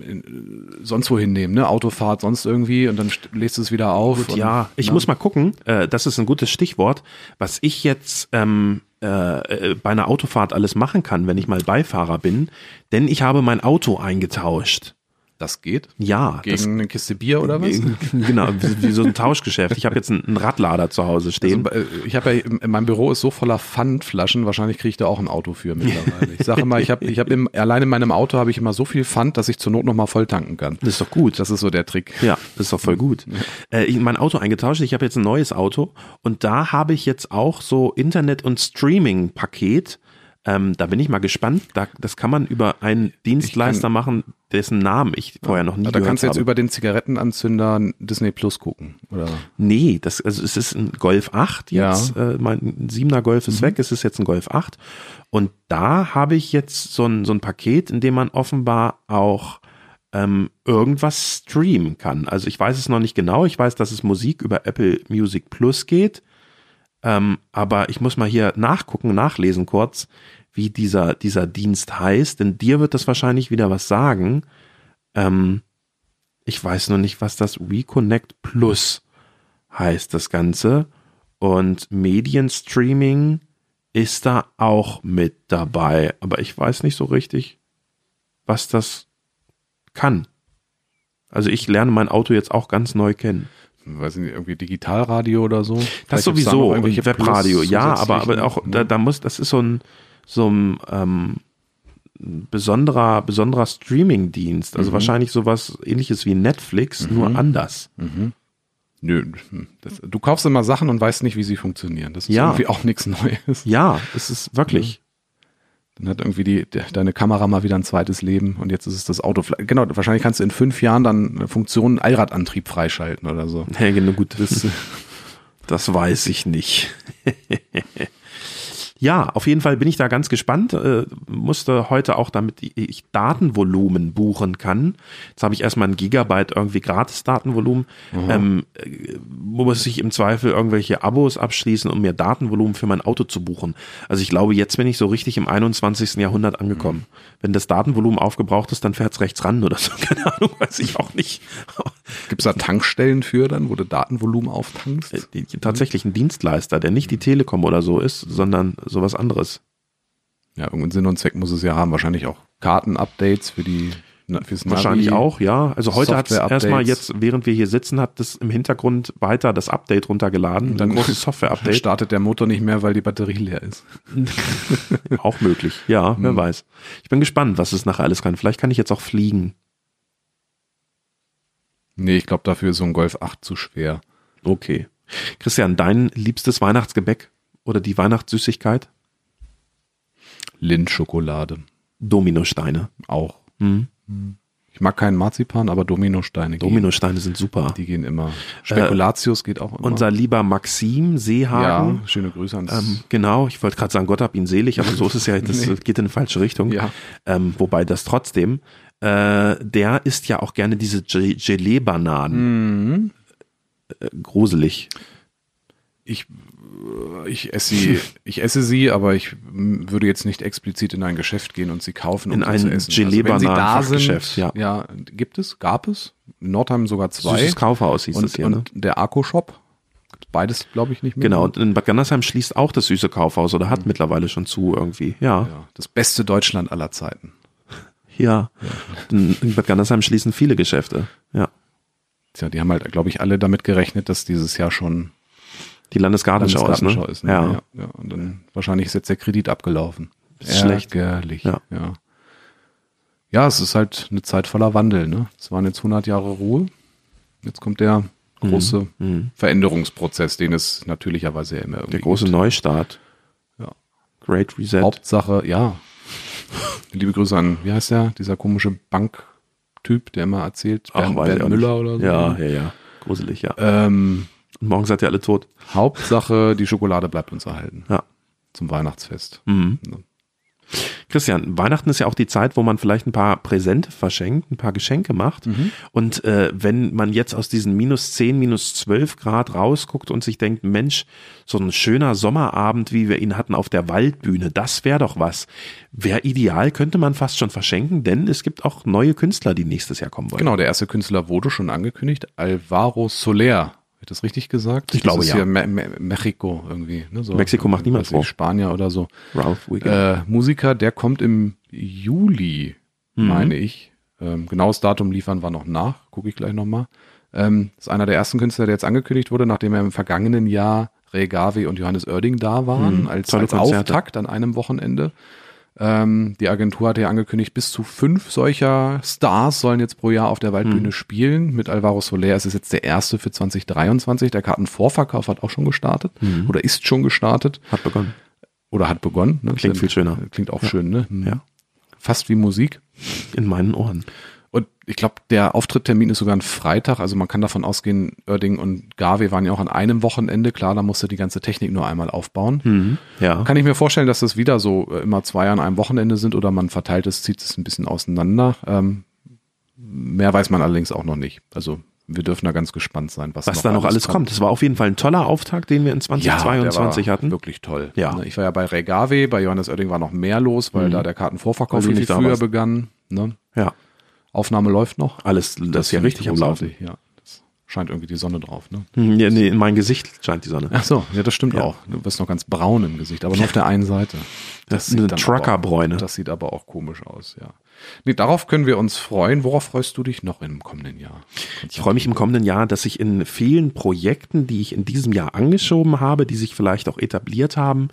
[SPEAKER 2] in sonst wohin nehmen, ne? Autofahrt, sonst irgendwie und dann st- lädst du es wieder auf.
[SPEAKER 1] Gut,
[SPEAKER 2] und,
[SPEAKER 1] ja, ich muss mal gucken. Äh, das ist ein gutes Stichwort, was ich jetzt ähm, äh, äh, bei einer Autofahrt alles machen kann, wenn ich mal Beifahrer bin, denn ich habe mein Auto eingetauscht.
[SPEAKER 2] Das geht?
[SPEAKER 1] Ja,
[SPEAKER 2] Gegen
[SPEAKER 1] das,
[SPEAKER 2] eine Kiste Bier oder was?
[SPEAKER 1] genau, wie, wie so ein Tauschgeschäft. Ich habe jetzt einen, einen Radlader zu Hause stehen.
[SPEAKER 2] Also, äh, ich habe ja, in- mein Büro ist so voller Pfandflaschen, wahrscheinlich kriege ich da auch ein Auto für mittlerweile. Ich sage immer, ich habe ich hab im, allein in meinem Auto habe ich immer so viel Pfand, dass ich zur Not nochmal voll tanken kann.
[SPEAKER 1] das ist doch gut.
[SPEAKER 2] Das ist so der Trick.
[SPEAKER 1] Ja, das ist doch voll gut. Äh, ich mein Auto eingetauscht, ich habe jetzt ein neues Auto und da habe ich jetzt auch so Internet- und Streaming-Paket. Ähm, da bin ich mal gespannt. Da, das kann man über einen Dienstleister machen, dessen Namen ich vorher noch nie
[SPEAKER 2] Da
[SPEAKER 1] gehört
[SPEAKER 2] kannst du jetzt
[SPEAKER 1] habe.
[SPEAKER 2] über den Zigarettenanzünder Disney Plus gucken. Oder?
[SPEAKER 1] nee, das, also es ist ein Golf 8
[SPEAKER 2] Ja.
[SPEAKER 1] jetzt. Äh, mein 7er Golf ist weg, es ist jetzt ein Golf 8. Und da habe ich jetzt so ein, so ein Paket, in dem man offenbar auch ähm, irgendwas streamen kann. Also ich weiß es noch nicht genau. Ich weiß, dass es Musik über Apple Music Plus geht. Ähm, aber ich muss mal hier nachgucken, nachlesen kurz, wie dieser, dieser Dienst heißt. Denn dir wird das wahrscheinlich wieder was sagen. Ähm, ich weiß noch nicht, was das Reconnect Plus heißt, das Ganze. Und Medienstreaming ist da auch mit dabei. Aber ich weiß nicht so richtig, was das kann. Also ich lerne mein Auto jetzt auch ganz neu kennen.
[SPEAKER 2] Weiß ich nicht, irgendwie Digitalradio oder so.
[SPEAKER 1] Das
[SPEAKER 2] Vielleicht gibt's da noch
[SPEAKER 1] sowieso,
[SPEAKER 2] irgendwelche
[SPEAKER 1] und Webradio,
[SPEAKER 2] Plus- ne? Mhm.
[SPEAKER 1] ja, aber, aber
[SPEAKER 2] zusätzlichen- Hm?
[SPEAKER 1] auch da, da muss, das ist so ein, so ein ähm, besonderer, besonderer Streaming-Dienst. Also
[SPEAKER 2] Mhm.
[SPEAKER 1] wahrscheinlich sowas ähnliches wie Netflix, nur anders.
[SPEAKER 2] Mhm. Nö, hm, das, du kaufst immer Sachen und weißt nicht, wie sie funktionieren. Das ist
[SPEAKER 1] Ja.
[SPEAKER 2] irgendwie auch nichts Neues.
[SPEAKER 1] Ja, es ist
[SPEAKER 2] Mhm.
[SPEAKER 1] wirklich.
[SPEAKER 2] Dann hat irgendwie die, de- deine Kamera mal wieder ein zweites Leben und jetzt ist es das Auto. Vielleicht- Genau, wahrscheinlich kannst du in fünf Jahren dann eine Funktion Allradantrieb freischalten oder so.
[SPEAKER 1] Hey, na gut, das, das weiß ich nicht. ja, auf jeden Fall bin ich da ganz gespannt. Äh, musste heute auch, damit ich Datenvolumen buchen kann. Jetzt habe ich erstmal ein Gigabyte irgendwie gratis Datenvolumen. Ähm, äh, muss ich im Zweifel irgendwelche Abos abschließen, um mir Datenvolumen für mein Auto zu buchen. Also ich glaube, jetzt bin ich so richtig im 21. Jahrhundert angekommen. Wenn das Datenvolumen aufgebraucht ist, dann fährt's rechts ran oder so. Keine Ahnung, weiß ich auch nicht.
[SPEAKER 2] Gibt es da Tankstellen für dann, wo du Datenvolumen auftankst?
[SPEAKER 1] die- die- äh, tatsächlich ein Dienstleister, der
[SPEAKER 2] Mhm.
[SPEAKER 1] nicht die Telekom oder so ist, sondern sowas anderes.
[SPEAKER 2] Ja, irgendeinen Sinn und Zweck muss es ja haben. Wahrscheinlich auch Kartenupdates für die na, fürs Navi.
[SPEAKER 1] Wahrscheinlich auch, ja. Also heute hat es
[SPEAKER 2] Software-Updates.
[SPEAKER 1] erstmal jetzt, während wir hier sitzen, hat das im Hintergrund weiter das Update runtergeladen. Ein
[SPEAKER 2] Dann-
[SPEAKER 1] großes Software-Update.
[SPEAKER 2] Startet der Motor nicht mehr, weil die Batterie leer ist.
[SPEAKER 1] Auch möglich. Ja, wer
[SPEAKER 2] Hm.
[SPEAKER 1] weiß. Ich bin gespannt, was es nachher alles kann. Vielleicht kann ich jetzt auch fliegen.
[SPEAKER 2] Nee, ich glaube, dafür ist so ein Golf 8 zu schwer.
[SPEAKER 1] Okay. Christian, dein liebstes Weihnachtsgebäck oder die Weihnachtssüßigkeit?
[SPEAKER 2] Lindschokolade
[SPEAKER 1] Dominosteine.
[SPEAKER 2] auch.
[SPEAKER 1] Hm.
[SPEAKER 2] Ich mag keinen Marzipan, aber Dominosteine gehen.
[SPEAKER 1] Dominosteine sind super.
[SPEAKER 2] Die gehen immer. Spekulatius geht auch immer.
[SPEAKER 1] Äh, Unser lieber Maxim Seehagen.
[SPEAKER 2] ja, schöne Grüße ans.
[SPEAKER 1] Ähm, genau, ich wollte gerade sagen, Gott hab ihn selig, aber so ist es ja, das
[SPEAKER 2] Nee.
[SPEAKER 1] geht in die falsche Richtung.
[SPEAKER 2] ja,
[SPEAKER 1] Ähm, wobei das trotzdem, äh, der isst ja auch gerne diese Ge- Gelee-Bananen.
[SPEAKER 2] Mhm.
[SPEAKER 1] Äh, gruselig.
[SPEAKER 2] ich, ich, esse sie, ich esse sie, aber ich m, würde jetzt nicht explizit in ein Geschäft gehen und sie kaufen, um
[SPEAKER 1] In
[SPEAKER 2] sie
[SPEAKER 1] ein
[SPEAKER 2] zu essen. wenn sie da
[SPEAKER 1] Gelee-Bananen-Fachgeschäft,
[SPEAKER 2] sind,
[SPEAKER 1] ja.
[SPEAKER 2] ja. Gibt es? Gab es? In Nordheim sogar zwei.
[SPEAKER 1] Süßes Kaufhaus hieß das
[SPEAKER 2] und,
[SPEAKER 1] hier, ne?
[SPEAKER 2] und der Akku-Shop. Beides, glaube ich, nicht mehr.
[SPEAKER 1] Genau, und in Bad Gandersheim schließt auch das süße Kaufhaus oder hat mittlerweile schon zu irgendwie. Ja,
[SPEAKER 2] Mhm. Ja, das beste Deutschland aller Zeiten.
[SPEAKER 1] ja. In, in Bad Gandersheim schließen viele Geschäfte. Ja.
[SPEAKER 2] Tja, die haben halt, glaube ich, alle damit gerechnet, dass dieses Jahr schon
[SPEAKER 1] Die Landesgartenschau,
[SPEAKER 2] Landesgartenschau
[SPEAKER 1] ist,
[SPEAKER 2] ist.
[SPEAKER 1] ne?
[SPEAKER 2] ne? Ja, ja. Und dann wahrscheinlich ist jetzt der Kredit abgelaufen.
[SPEAKER 1] Ist schlecht.
[SPEAKER 2] Ärgerlich.
[SPEAKER 1] Ja.
[SPEAKER 2] Ja. ja. Ja, es ist halt eine Zeit voller Wandel. Ne? Es waren jetzt 100 Jahre Ruhe. Jetzt kommt der große
[SPEAKER 1] Mhm.
[SPEAKER 2] Veränderungsprozess, den es natürlicherweise ja immer irgendwie
[SPEAKER 1] Der große Neustart.
[SPEAKER 2] Ja.
[SPEAKER 1] Great Reset.
[SPEAKER 2] gibt. Hauptsache, ja. Liebe Grüße an, wie heißt der? Dieser komische Banktyp, der immer erzählt, Bernd,
[SPEAKER 1] weiß ich
[SPEAKER 2] Bernd
[SPEAKER 1] auch
[SPEAKER 2] Müller
[SPEAKER 1] nicht.
[SPEAKER 2] oder so.
[SPEAKER 1] Ja, ja, ja. Gruselig, ja.
[SPEAKER 2] Ähm,
[SPEAKER 1] Und morgen seid ihr alle tot.
[SPEAKER 2] Hauptsache, die Schokolade bleibt uns erhalten.
[SPEAKER 1] Ja.
[SPEAKER 2] Zum Weihnachtsfest.
[SPEAKER 1] Mhm.
[SPEAKER 2] Ja.
[SPEAKER 1] Christian, Weihnachten ist ja auch die Zeit, wo man vielleicht ein paar Präsente verschenkt, ein paar Geschenke macht.
[SPEAKER 2] Mhm.
[SPEAKER 1] Und äh, wenn man jetzt aus diesen minus 10, minus 12 Grad rausguckt und sich denkt, Mensch, so ein schöner Sommerabend, wie wir ihn hatten auf der Waldbühne, das wäre doch was. Wäre ideal, könnte man fast schon verschenken, denn es gibt auch neue Künstler, die nächstes Jahr kommen wollen.
[SPEAKER 2] Genau, der erste Künstler wurde schon angekündigt, Alvaro Soler. Wird das richtig gesagt?
[SPEAKER 1] Ich glaube,
[SPEAKER 2] das ist
[SPEAKER 1] ja.
[SPEAKER 2] Hier Me Me Mexiko irgendwie. Ne? So,
[SPEAKER 1] Mexiko macht niemand
[SPEAKER 2] weiß nicht,
[SPEAKER 1] vor.
[SPEAKER 2] Spanier oder so.
[SPEAKER 1] Ralph Wiggins. Mhm.
[SPEAKER 2] Äh, Musiker, der kommt im Juli, meine ich, Ähm, genaues Datum liefern wir noch nach, gucke ich gleich nochmal. Ähm, ist einer der ersten Künstler, der jetzt angekündigt wurde, nachdem er im vergangenen Jahr Ray Garvey und Johannes Oerding da waren,
[SPEAKER 1] Mhm,
[SPEAKER 2] als,
[SPEAKER 1] tolle
[SPEAKER 2] als
[SPEAKER 1] Konzerte.
[SPEAKER 2] Auftakt an einem Wochenende. Ähm, die Agentur hat ja angekündigt, bis zu fünf solcher Stars sollen jetzt pro Jahr auf der Waldbühne
[SPEAKER 1] Mhm.
[SPEAKER 2] spielen. Mit Alvaro Soler ist es jetzt der erste für 2023. Der Kartenvorverkauf hat auch schon gestartet
[SPEAKER 1] Mhm.
[SPEAKER 2] oder ist schon gestartet
[SPEAKER 1] Hat begonnen.
[SPEAKER 2] oder hat begonnen. Ne?
[SPEAKER 1] Klingt viel schöner.
[SPEAKER 2] Klingt auch schön, ne?
[SPEAKER 1] Ja.
[SPEAKER 2] Fast wie Musik.
[SPEAKER 1] In meinen Ohren.
[SPEAKER 2] Und ich glaube, der Auftritttermin ist sogar ein Freitag. Also man kann davon ausgehen, Oerding und Garvey waren ja auch an einem Wochenende. Klar, da musste die ganze Technik nur einmal aufbauen.
[SPEAKER 1] Hm. Ja.
[SPEAKER 2] Kann ich mir vorstellen, dass das wieder so äh, immer zwei an einem Wochenende sind oder man verteilt es, zieht es ein bisschen auseinander. Ähm, mehr weiß man allerdings auch noch nicht. Also wir dürfen da ganz gespannt sein, was,
[SPEAKER 1] was da noch alles kommt. Das war auf jeden Fall ein toller Auftakt, den wir in 2022
[SPEAKER 2] der war
[SPEAKER 1] hatten.
[SPEAKER 2] Wirklich toll.
[SPEAKER 1] Ja.
[SPEAKER 2] Ne, Ich Mhm. war ja bei Regave, bei Johannes Oerding war noch mehr los, weil da der Kartenvorverkauf
[SPEAKER 1] Weil du
[SPEAKER 2] viel, viel
[SPEAKER 1] nicht da
[SPEAKER 2] früher
[SPEAKER 1] warst.
[SPEAKER 2] begann. Ne?
[SPEAKER 1] Ja,
[SPEAKER 2] Aufnahme läuft noch.
[SPEAKER 1] alles, das, ist ja
[SPEAKER 2] finde ich
[SPEAKER 1] richtig am Laufen.
[SPEAKER 2] großartig, Ja. Das scheint irgendwie die Sonne drauf, ne?
[SPEAKER 1] Hm, Ja, nee, in mein Gesicht scheint die Sonne.
[SPEAKER 2] Ach so, ja, das stimmt
[SPEAKER 1] Ja.
[SPEAKER 2] auch. Du bist noch ganz braun im Gesicht, aber nur auf der einen Seite.
[SPEAKER 1] Das ist eine
[SPEAKER 2] dann
[SPEAKER 1] Truckerbräune.
[SPEAKER 2] aber- Das sieht aber auch komisch aus, ja. Nee, darauf können wir uns freuen. Worauf freust du dich noch im kommenden Jahr?
[SPEAKER 1] Ich freue mich im kommenden Jahr, dass ich in vielen Projekten, die ich in diesem Jahr angeschoben habe, die sich vielleicht auch etabliert haben,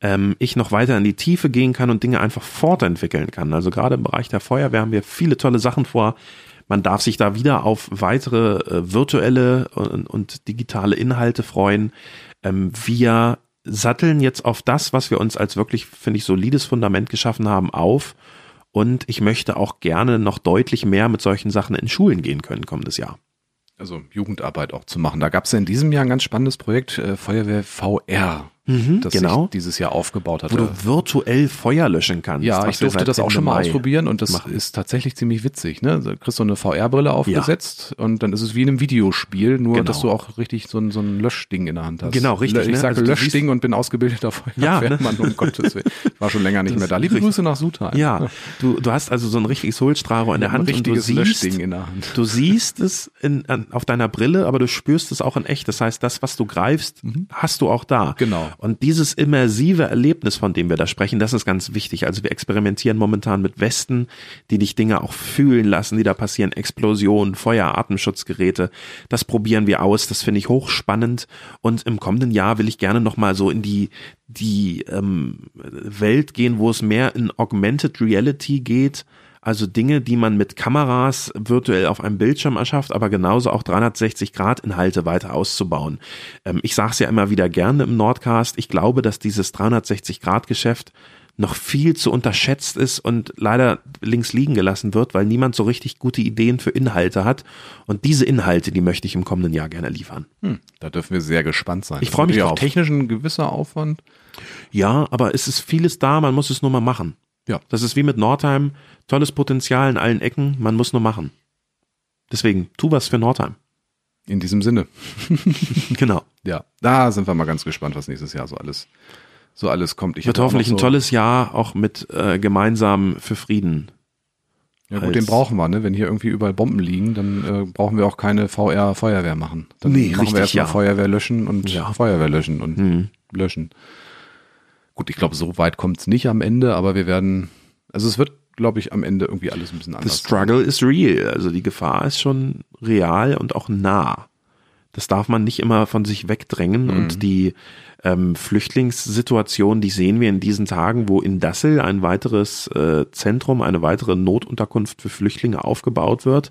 [SPEAKER 1] ähm, ich noch weiter in die Tiefe gehen kann und Dinge einfach fortentwickeln kann. Also gerade im Bereich der Feuerwehr haben wir viele tolle Sachen vor. Man darf sich da wieder auf weitere äh, virtuelle und, und digitale Inhalte freuen. Ähm, wir satteln jetzt auf das, was wir uns als wirklich, finde ich, solides Fundament geschaffen haben, auf. Und ich möchte auch gerne noch deutlich mehr mit solchen Sachen in Schulen gehen können kommendes Jahr.
[SPEAKER 2] Also Jugendarbeit auch zu machen. Da gab es ja in diesem Jahr ein ganz spannendes Projekt, äh, Feuerwehr VR, das
[SPEAKER 1] genau.
[SPEAKER 2] sich dieses Jahr aufgebaut hat.
[SPEAKER 1] Wo du virtuell Feuer löschen kannst.
[SPEAKER 2] Ja,
[SPEAKER 1] was
[SPEAKER 2] ich
[SPEAKER 1] wir
[SPEAKER 2] durfte
[SPEAKER 1] seit
[SPEAKER 2] das auch
[SPEAKER 1] Ende
[SPEAKER 2] schon mal
[SPEAKER 1] Mai
[SPEAKER 2] ausprobieren und das
[SPEAKER 1] machen.
[SPEAKER 2] ist tatsächlich ziemlich witzig. Ne? Du kriegst so eine VR-Brille aufgesetzt und dann ist es wie in einem Videospiel, nur
[SPEAKER 1] Genau.
[SPEAKER 2] dass du auch richtig so ein, so ein Löschding in der Hand hast.
[SPEAKER 1] Genau, richtig,
[SPEAKER 2] Ich
[SPEAKER 1] ne?
[SPEAKER 2] sage
[SPEAKER 1] Also du
[SPEAKER 2] Löschding und bin ausgebildeter
[SPEAKER 1] Ja, ne?
[SPEAKER 2] Feuerwehrmann, um Gottes Willen. Ich War schon länger nicht mehr da. Liebe Grüße nach Sutal.
[SPEAKER 1] Ja, du, du hast also so ein richtiges Hohlstrahler in der
[SPEAKER 2] ein
[SPEAKER 1] Hand und du
[SPEAKER 2] richtiges Löschding
[SPEAKER 1] siehst,
[SPEAKER 2] in der Hand.
[SPEAKER 1] du siehst es in, an, auf deiner Brille, aber du spürst es auch in echt. Das heißt, das, was du greifst, hast du auch da.
[SPEAKER 2] Genau.
[SPEAKER 1] Und dieses immersive Erlebnis, von dem wir da sprechen, das ist ganz wichtig. Also wir experimentieren momentan mit Westen, die dich Dinge auch fühlen lassen, die da passieren. Explosionen, Feuer, Atemschutzgeräte. Das probieren wir aus. Das finde ich hochspannend. Und im kommenden Jahr will ich gerne nochmal so in die, die ähm, Welt gehen, wo es mehr in Augmented Reality geht. Also Dinge, die man mit Kameras virtuell auf einem Bildschirm erschafft, aber genauso auch 360-Grad-Inhalte weiter auszubauen. Ähm, ich sage es ja immer wieder gerne im Nordcast, ich glaube, dass dieses 360-Grad-Geschäft noch viel zu unterschätzt ist und leider links liegen gelassen wird, weil niemand so richtig gute Ideen für Inhalte hat. Und diese Inhalte, die möchte ich im kommenden Jahr gerne liefern.
[SPEAKER 2] Hm, da dürfen wir sehr gespannt sein.
[SPEAKER 1] Ich freu mich
[SPEAKER 2] Natürlich auch
[SPEAKER 1] drauf.
[SPEAKER 2] Technisch ein gewisser Aufwand.
[SPEAKER 1] Ja, aber es ist vieles da, man muss es nur mal machen.
[SPEAKER 2] Ja.
[SPEAKER 1] Das ist wie mit Nordheim, tolles Potenzial in allen Ecken, man muss nur machen. Deswegen, tu was für Nordheim.
[SPEAKER 2] In diesem Sinne.
[SPEAKER 1] Genau.
[SPEAKER 2] Ja, da sind wir mal ganz gespannt, was nächstes Jahr so alles, so alles kommt. Ich
[SPEAKER 1] Wird
[SPEAKER 2] hätte auch
[SPEAKER 1] hoffentlich
[SPEAKER 2] noch
[SPEAKER 1] ein
[SPEAKER 2] so-
[SPEAKER 1] tolles Jahr auch mit äh, gemeinsam für Frieden.
[SPEAKER 2] Ja
[SPEAKER 1] als-
[SPEAKER 2] gut, den brauchen wir, ne? Wenn hier irgendwie überall Bomben liegen, dann äh, brauchen wir auch keine VR-Feuerwehr machen. Dann
[SPEAKER 1] Nee,
[SPEAKER 2] machen
[SPEAKER 1] richtig,
[SPEAKER 2] wir erstmal
[SPEAKER 1] ja.
[SPEAKER 2] Feuerwehr löschen und
[SPEAKER 1] Ja. Mhm.
[SPEAKER 2] Feuerwehr löschen und löschen. Gut, ich glaube, so weit kommt's nicht am Ende, aber wir werden, also es wird, glaube ich, am Ende irgendwie alles ein bisschen
[SPEAKER 1] The
[SPEAKER 2] anders.
[SPEAKER 1] struggle is real. Also die Gefahr ist schon real und auch nah. Das darf man nicht immer von sich wegdrängen. Und die ähm, Flüchtlingssituation, die sehen wir in diesen Tagen, wo in Dassel ein weiteres äh, Zentrum, eine weitere Notunterkunft für Flüchtlinge aufgebaut wird.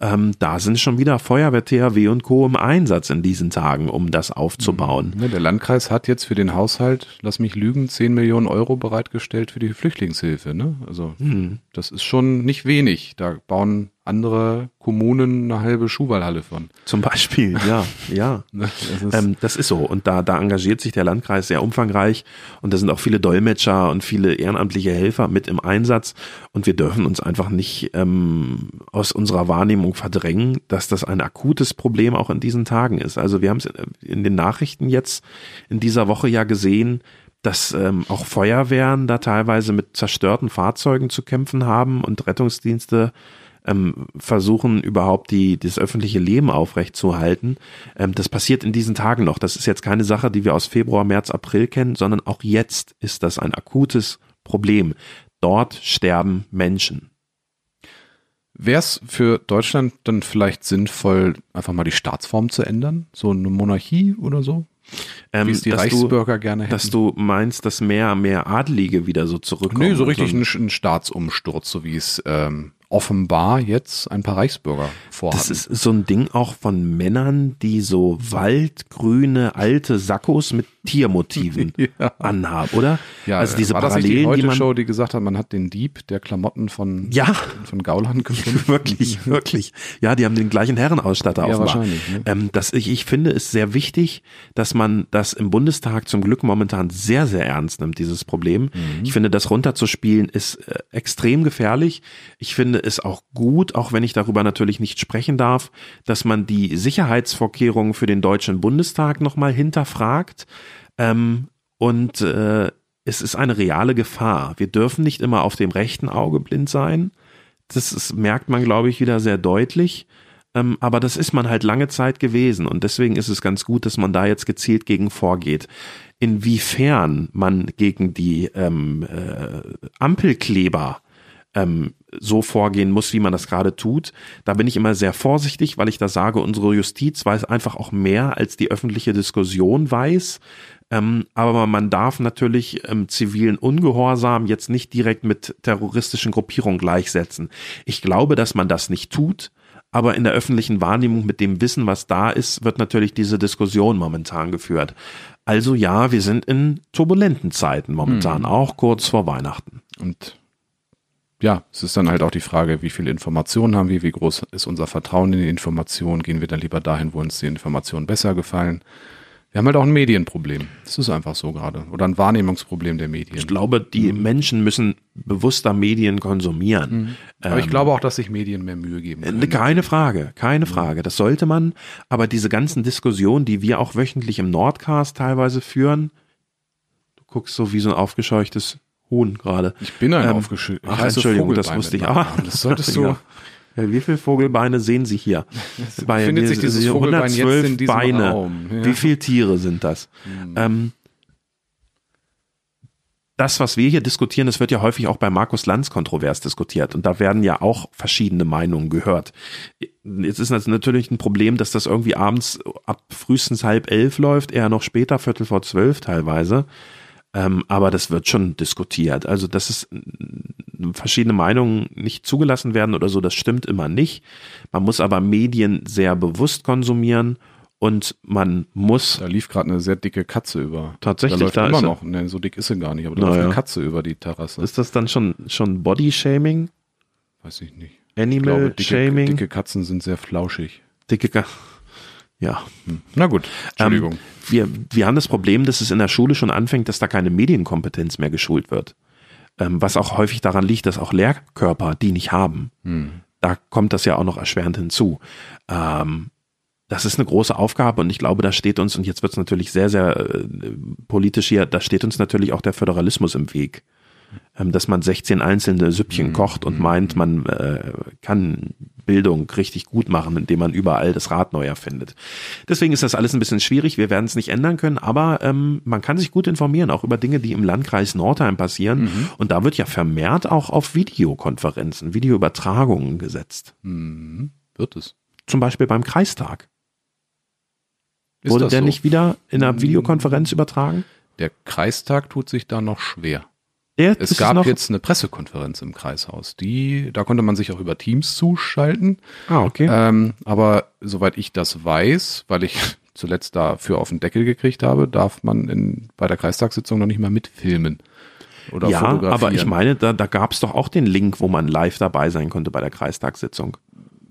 [SPEAKER 1] Ähm, da sind schon wieder Feuerwehr, THW und Co. im Einsatz in diesen Tagen, um das aufzubauen.
[SPEAKER 2] Ne, der Landkreis hat jetzt für den Haushalt, lass mich lügen, 10 Millionen Euro bereitgestellt für die Flüchtlingshilfe. Ne? Also
[SPEAKER 1] Mhm.
[SPEAKER 2] das ist schon nicht wenig. Da bauen andere Kommunen eine halbe Schuhballhalle von.
[SPEAKER 1] Mhm. Zum Beispiel, ja, ja.
[SPEAKER 2] Ne? Das ist,
[SPEAKER 1] Ähm, das ist so. Und da, da engagiert sich der Landkreis sehr umfangreich. Und da sind auch viele Dolmetscher und viele ehrenamtliche Helfer mit im Einsatz. Und wir dürfen uns einfach nicht ähm, aus unserer Wahrnehmung verdrängen, dass das ein akutes Problem auch in diesen Tagen ist. Also wir haben es in den Nachrichten jetzt in dieser Woche ja gesehen, dass ähm, auch Feuerwehren da teilweise mit zerstörten Fahrzeugen zu kämpfen haben und Rettungsdienste ähm, versuchen überhaupt die, das öffentliche Leben aufrechtzuerhalten. Ähm, das passiert in diesen Tagen noch. Das ist jetzt keine Sache, die wir aus Februar, März, April kennen, sondern auch jetzt ist das ein akutes Problem. Dort sterben Menschen.
[SPEAKER 2] Wäre es für Deutschland dann vielleicht sinnvoll, einfach mal die Staatsform zu ändern? So eine Monarchie oder so?
[SPEAKER 1] Ähm,
[SPEAKER 2] Wie es die
[SPEAKER 1] dass
[SPEAKER 2] Reichsbürger gerne
[SPEAKER 1] du,
[SPEAKER 2] hätten?
[SPEAKER 1] dass du meinst, dass mehr, mehr Adlige wieder so zurückkommen.
[SPEAKER 2] Nee, so richtig
[SPEAKER 1] Und
[SPEAKER 2] ein, ein Staatsumsturz, so wie es ähm, offenbar jetzt ein paar Reichsbürger vorhaben.
[SPEAKER 1] Das ist so ein Ding auch von Männern, die so waldgrüne alte Sakkos mit Tiermotiven
[SPEAKER 2] Ja.
[SPEAKER 1] anhaben, oder?
[SPEAKER 2] ja, äh,
[SPEAKER 1] also diese
[SPEAKER 2] war
[SPEAKER 1] Parallelen,
[SPEAKER 2] das nicht
[SPEAKER 1] die
[SPEAKER 2] die
[SPEAKER 1] man.
[SPEAKER 2] Heute-Show, die gesagt hat, man hat den Dieb der Klamotten von,
[SPEAKER 1] Ja,
[SPEAKER 2] von Gauland gefunden?
[SPEAKER 1] wirklich, wirklich. Ja, die haben den gleichen Herrenausstatter
[SPEAKER 2] Ja,
[SPEAKER 1] offenbar.
[SPEAKER 2] wahrscheinlich, ne?
[SPEAKER 1] Ähm, das, ich, ich finde es sehr wichtig, dass man das im Bundestag zum Glück momentan sehr, sehr ernst nimmt, dieses Problem.
[SPEAKER 2] Mhm.
[SPEAKER 1] Ich finde, das runterzuspielen ist äh, extrem gefährlich. Ich finde es auch gut, auch wenn ich darüber natürlich nicht sprechen darf, dass man die Sicherheitsvorkehrungen für den Deutschen Bundestag nochmal hinterfragt. Ähm, und äh, es ist eine reale Gefahr. Wir dürfen nicht immer auf dem rechten Auge blind sein. Das ist, merkt man, glaube ich, wieder sehr deutlich. Ähm, aber das ist man halt lange Zeit gewesen und deswegen ist es ganz gut, dass man da jetzt gezielt gegen vorgeht. Inwiefern man gegen die ähm, äh, Ampelkleber ähm, so vorgehen muss, wie man das gerade tut, da bin ich immer sehr vorsichtig, weil ich da sage, unsere Justiz weiß einfach auch mehr, als die öffentliche Diskussion weiß. Ähm, aber man darf natürlich ähm, zivilen Ungehorsam jetzt nicht direkt mit terroristischen Gruppierungen gleichsetzen. Ich glaube, dass man das nicht tut, aber in der öffentlichen Wahrnehmung mit dem Wissen, was da ist, wird natürlich diese Diskussion momentan geführt. Also ja, wir sind in turbulenten Zeiten momentan,
[SPEAKER 2] Mhm.
[SPEAKER 1] auch kurz vor Weihnachten.
[SPEAKER 2] Und ja, es ist dann halt auch die Frage, wie viele Informationen haben wir, wie groß ist unser Vertrauen in die Informationen, gehen wir dann lieber dahin, wo uns die Informationen besser gefallen. Wir haben halt auch ein Medienproblem. Das ist einfach so gerade. Oder ein Wahrnehmungsproblem der Medien.
[SPEAKER 1] Ich glaube, die
[SPEAKER 2] Mhm.
[SPEAKER 1] Menschen müssen bewusster Medien konsumieren.
[SPEAKER 2] Aber ich glaube auch, dass sich Medien mehr Mühe geben.
[SPEAKER 1] Ähm, Äh, Keine Frage, keine Frage. Das sollte man. Aber diese ganzen Diskussionen, die wir auch wöchentlich im Nordcast teilweise führen, du guckst so wie so ein aufgescheuchtes Huhn gerade.
[SPEAKER 2] Ich bin ein
[SPEAKER 1] Ähm,
[SPEAKER 2] aufgeschüttet.
[SPEAKER 1] ach, Entschuldigung, das wusste ich auch.
[SPEAKER 2] Das solltest du.
[SPEAKER 1] Ja. Ja, wie viele Vogelbeine sehen Sie hier? Bei
[SPEAKER 2] befindet
[SPEAKER 1] mir
[SPEAKER 2] sich dieses
[SPEAKER 1] sind
[SPEAKER 2] Vogelbein jetzt in
[SPEAKER 1] 112
[SPEAKER 2] diesem
[SPEAKER 1] Beine.
[SPEAKER 2] Raum. Ja. Hm.
[SPEAKER 1] Wie viele Tiere sind das? Ähm, das, was wir hier diskutieren, das wird ja häufig auch bei Markus Lanz kontrovers diskutiert. Und da werden ja auch verschiedene Meinungen gehört. Jetzt ist das natürlich ein Problem, dass das irgendwie abends ab frühestens halb elf läuft, eher noch später, viertel vor zwölf teilweise. Ähm, aber das wird schon diskutiert. Also, dass es äh, verschiedene Meinungen nicht zugelassen werden oder so, das stimmt immer nicht. Man muss aber Medien sehr bewusst konsumieren und man muss
[SPEAKER 2] Da lief gerade eine sehr dicke Katze über.
[SPEAKER 1] Tatsächlich,
[SPEAKER 2] da läuft
[SPEAKER 1] da
[SPEAKER 2] immer
[SPEAKER 1] ist sie.
[SPEAKER 2] noch. Ne, so dick ist sie gar nicht, aber da
[SPEAKER 1] Na
[SPEAKER 2] läuft eine
[SPEAKER 1] ja.
[SPEAKER 2] Katze über die Terrasse.
[SPEAKER 1] Ist das dann schon, schon Body-Shaming?
[SPEAKER 2] Weiß ich nicht. Ich glaube, dicke,
[SPEAKER 1] Animal-Shaming?
[SPEAKER 2] dicke Katzen sind sehr flauschig.
[SPEAKER 1] Dicke Ka- ja.
[SPEAKER 2] Na gut, Entschuldigung.
[SPEAKER 1] Ähm, wir, wir haben das Problem, dass es in der Schule schon anfängt, dass da keine Medienkompetenz mehr geschult wird. Ähm, was auch häufig daran liegt, dass auch Lehrkörper die nicht haben. Da kommt das ja auch noch erschwerend hinzu. Ähm, das ist eine große Aufgabe und ich glaube, da steht uns, und jetzt wird es natürlich sehr, sehr äh, politisch hier, da steht uns natürlich auch der Föderalismus im Weg. Ähm, dass man 16 einzelne Süppchen
[SPEAKER 2] Mhm.
[SPEAKER 1] kocht und meint, man äh, kann Bildung richtig gut machen, indem man überall das Rad neu erfindet. Deswegen ist das alles ein bisschen schwierig. Wir werden es nicht ändern können, aber ähm, man kann sich gut informieren, auch über Dinge, die im Landkreis Nordheim passieren.
[SPEAKER 2] Mhm.
[SPEAKER 1] Und da wird ja vermehrt auch auf Videokonferenzen, Videoübertragungen gesetzt.
[SPEAKER 2] Mhm. Wird es.
[SPEAKER 1] Zum Beispiel beim Kreistag.
[SPEAKER 2] Ist
[SPEAKER 1] Wurde
[SPEAKER 2] das
[SPEAKER 1] der
[SPEAKER 2] so? Mhm.
[SPEAKER 1] nicht wieder in einer Videokonferenz übertragen?
[SPEAKER 2] Der Kreistag tut sich da noch schwer.
[SPEAKER 1] Der
[SPEAKER 2] Es
[SPEAKER 1] ist
[SPEAKER 2] gab
[SPEAKER 1] noch-
[SPEAKER 2] jetzt eine Pressekonferenz im Kreishaus. Die, da konnte man sich auch über Teams zuschalten.
[SPEAKER 1] Ah, okay.
[SPEAKER 2] Ähm, aber soweit ich das weiß, weil ich zuletzt dafür auf den Deckel gekriegt habe, darf man in, bei der Kreistagssitzung noch nicht mal mitfilmen oder
[SPEAKER 1] ja,
[SPEAKER 2] fotografieren.
[SPEAKER 1] aber ich meine, da, da gab es doch auch den Link, wo man live dabei sein konnte bei der Kreistagssitzung.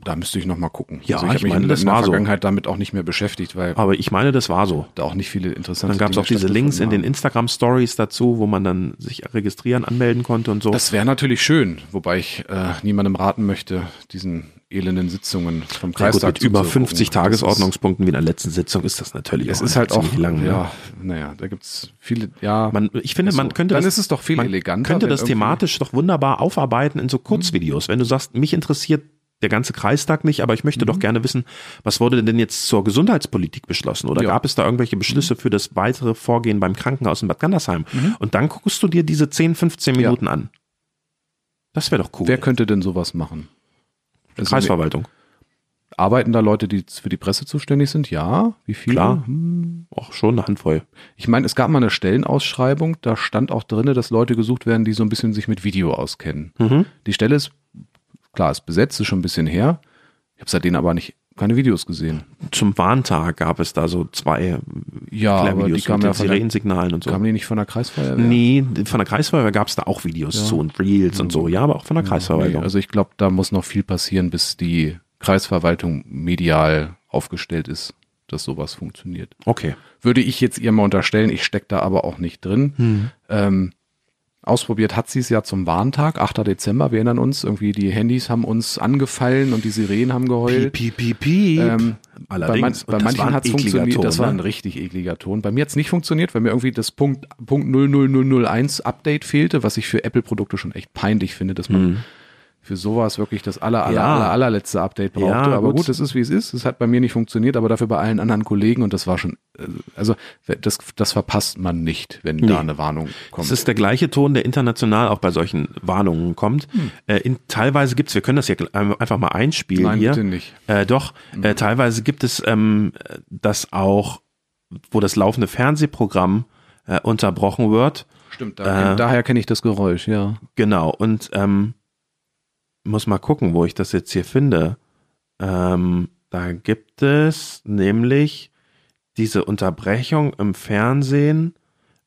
[SPEAKER 2] da müsste ich noch mal gucken. Also
[SPEAKER 1] Ja,
[SPEAKER 2] ich, hab
[SPEAKER 1] ich
[SPEAKER 2] mich
[SPEAKER 1] meine,
[SPEAKER 2] in,
[SPEAKER 1] das
[SPEAKER 2] in der
[SPEAKER 1] war so.
[SPEAKER 2] Vergangenheit damit auch nicht mehr beschäftigt, weil
[SPEAKER 1] Aber ich meine, das war so.
[SPEAKER 2] da auch nicht viele interessante
[SPEAKER 1] Dann gab es
[SPEAKER 2] Dinge
[SPEAKER 1] auch diese Links in den
[SPEAKER 2] stattgefunden haben.
[SPEAKER 1] Instagram-Stories dazu, wo man dann sich registrieren, anmelden konnte und so.
[SPEAKER 2] Das wäre natürlich schön, wobei ich äh, niemandem raten möchte, diesen elenden Sitzungen vom
[SPEAKER 1] Na gut,
[SPEAKER 2] Kreistag
[SPEAKER 1] mit über
[SPEAKER 2] zuzugucken.
[SPEAKER 1] 50
[SPEAKER 2] Das ist-
[SPEAKER 1] Tagesordnungspunkten wie in der letzten Sitzung ist das natürlich
[SPEAKER 2] Es ist halt auch,
[SPEAKER 1] ziemlich lang. ne?
[SPEAKER 2] ja, naja, da gibt's viele, ja.
[SPEAKER 1] Man, ich finde,
[SPEAKER 2] Ach so.
[SPEAKER 1] man könnte
[SPEAKER 2] Dann
[SPEAKER 1] das,
[SPEAKER 2] ist es doch viel
[SPEAKER 1] man
[SPEAKER 2] eleganter,
[SPEAKER 1] könnte
[SPEAKER 2] wenn
[SPEAKER 1] das
[SPEAKER 2] irgendwie- Mhm.
[SPEAKER 1] thematisch doch wunderbar aufarbeiten in so Kurzvideos. Wenn du sagst, mich interessiert der ganze Kreistag nicht, aber ich möchte
[SPEAKER 2] Mhm.
[SPEAKER 1] doch gerne wissen, was wurde denn jetzt zur Gesundheitspolitik beschlossen oder
[SPEAKER 2] Ja. Mhm.
[SPEAKER 1] gab es da irgendwelche Beschlüsse für das weitere Vorgehen beim Krankenhaus in Bad Gandersheim? Und dann guckst du dir diese 10, 15 Minuten an. Das wäre doch cool.
[SPEAKER 2] Wer könnte denn sowas machen? Also
[SPEAKER 1] Kreisverwaltung.
[SPEAKER 2] Arbeiten da Leute, die für die Presse zuständig sind? Ja. Wie viele?
[SPEAKER 1] Klar.
[SPEAKER 2] Hm.
[SPEAKER 1] Auch schon eine Handvoll.
[SPEAKER 2] Ich meine, es gab mal eine Stellenausschreibung, da stand auch drinne, dass Leute gesucht werden, die so ein bisschen sich mit Video auskennen.
[SPEAKER 1] Mhm.
[SPEAKER 2] Die Stelle ist, klar, ist besetzt, ist schon ein bisschen her. Ich habe seitdem aber nicht keine Videos gesehen.
[SPEAKER 1] Zum Warntag gab es da so zwei
[SPEAKER 2] Ja, aber die
[SPEAKER 1] Klärvideos mit
[SPEAKER 2] kamen ja
[SPEAKER 1] den
[SPEAKER 2] von der,
[SPEAKER 1] Sirenensignalen und so.
[SPEAKER 2] kamen die nicht von der Kreisfeuerwehr.
[SPEAKER 1] Nee, von der Kreisverwaltung gab es da auch Videos
[SPEAKER 2] Ja.
[SPEAKER 1] zu und Reels und so. Ja, aber auch von der
[SPEAKER 2] Nee,
[SPEAKER 1] Kreisverwaltung.
[SPEAKER 2] also ich glaube, da muss noch viel passieren, bis die Kreisverwaltung medial aufgestellt ist, dass sowas funktioniert.
[SPEAKER 1] okay.
[SPEAKER 2] Würde ich jetzt ihr mal unterstellen, ich stecke da aber auch nicht drin.
[SPEAKER 1] Hm.
[SPEAKER 2] Ähm, ausprobiert hat sie es ja zum Warntag, 8. Dezember, wir erinnern uns, irgendwie die Handys haben uns angefallen und die Sirenen haben geheult.
[SPEAKER 1] piep, piep, piep.
[SPEAKER 2] Ähm,
[SPEAKER 1] Allerdings,
[SPEAKER 2] bei, man,
[SPEAKER 1] und
[SPEAKER 2] bei
[SPEAKER 1] das war
[SPEAKER 2] manchen
[SPEAKER 1] ein
[SPEAKER 2] hat es
[SPEAKER 1] ekliger
[SPEAKER 2] funktioniert,
[SPEAKER 1] Ton,
[SPEAKER 2] das war
[SPEAKER 1] ne?
[SPEAKER 2] ein richtig ekliger Ton. Bei mir hat es nicht funktioniert, weil mir irgendwie das Punkt, Punkt 00001 Update fehlte, was ich für Apple-Produkte schon echt peinlich finde, dass man für sowas wirklich das aller, aller,
[SPEAKER 1] Mhm. Ja.
[SPEAKER 2] aller, allerletzte Update brauchte.
[SPEAKER 1] Ja,
[SPEAKER 2] aber
[SPEAKER 1] gut.
[SPEAKER 2] gut, es ist wie es ist. Es hat bei mir nicht funktioniert, aber dafür bei allen anderen Kollegen und das war schon, äh, also das, das verpasst man nicht, wenn da eine Warnung kommt.
[SPEAKER 1] Es ist der gleiche Ton, der international auch bei solchen Warnungen kommt. Äh, in, teilweise gibt's, wir können das ja gl- ein- einfach mal einspielen
[SPEAKER 2] Nein,
[SPEAKER 1] hier.
[SPEAKER 2] bitte Mhm. nicht.
[SPEAKER 1] Äh, doch, äh, teilweise gibt es ähm, äh, das auch, wo das laufende Fernsehprogramm äh, unterbrochen wird.
[SPEAKER 2] Stimmt, daher,
[SPEAKER 1] äh,
[SPEAKER 2] daher kenne ich das Geräusch, ja.
[SPEAKER 1] Genau, und ähm, muss mal gucken, wo ich das jetzt hier finde. Ähm, da gibt es nämlich diese Unterbrechung im Fernsehen,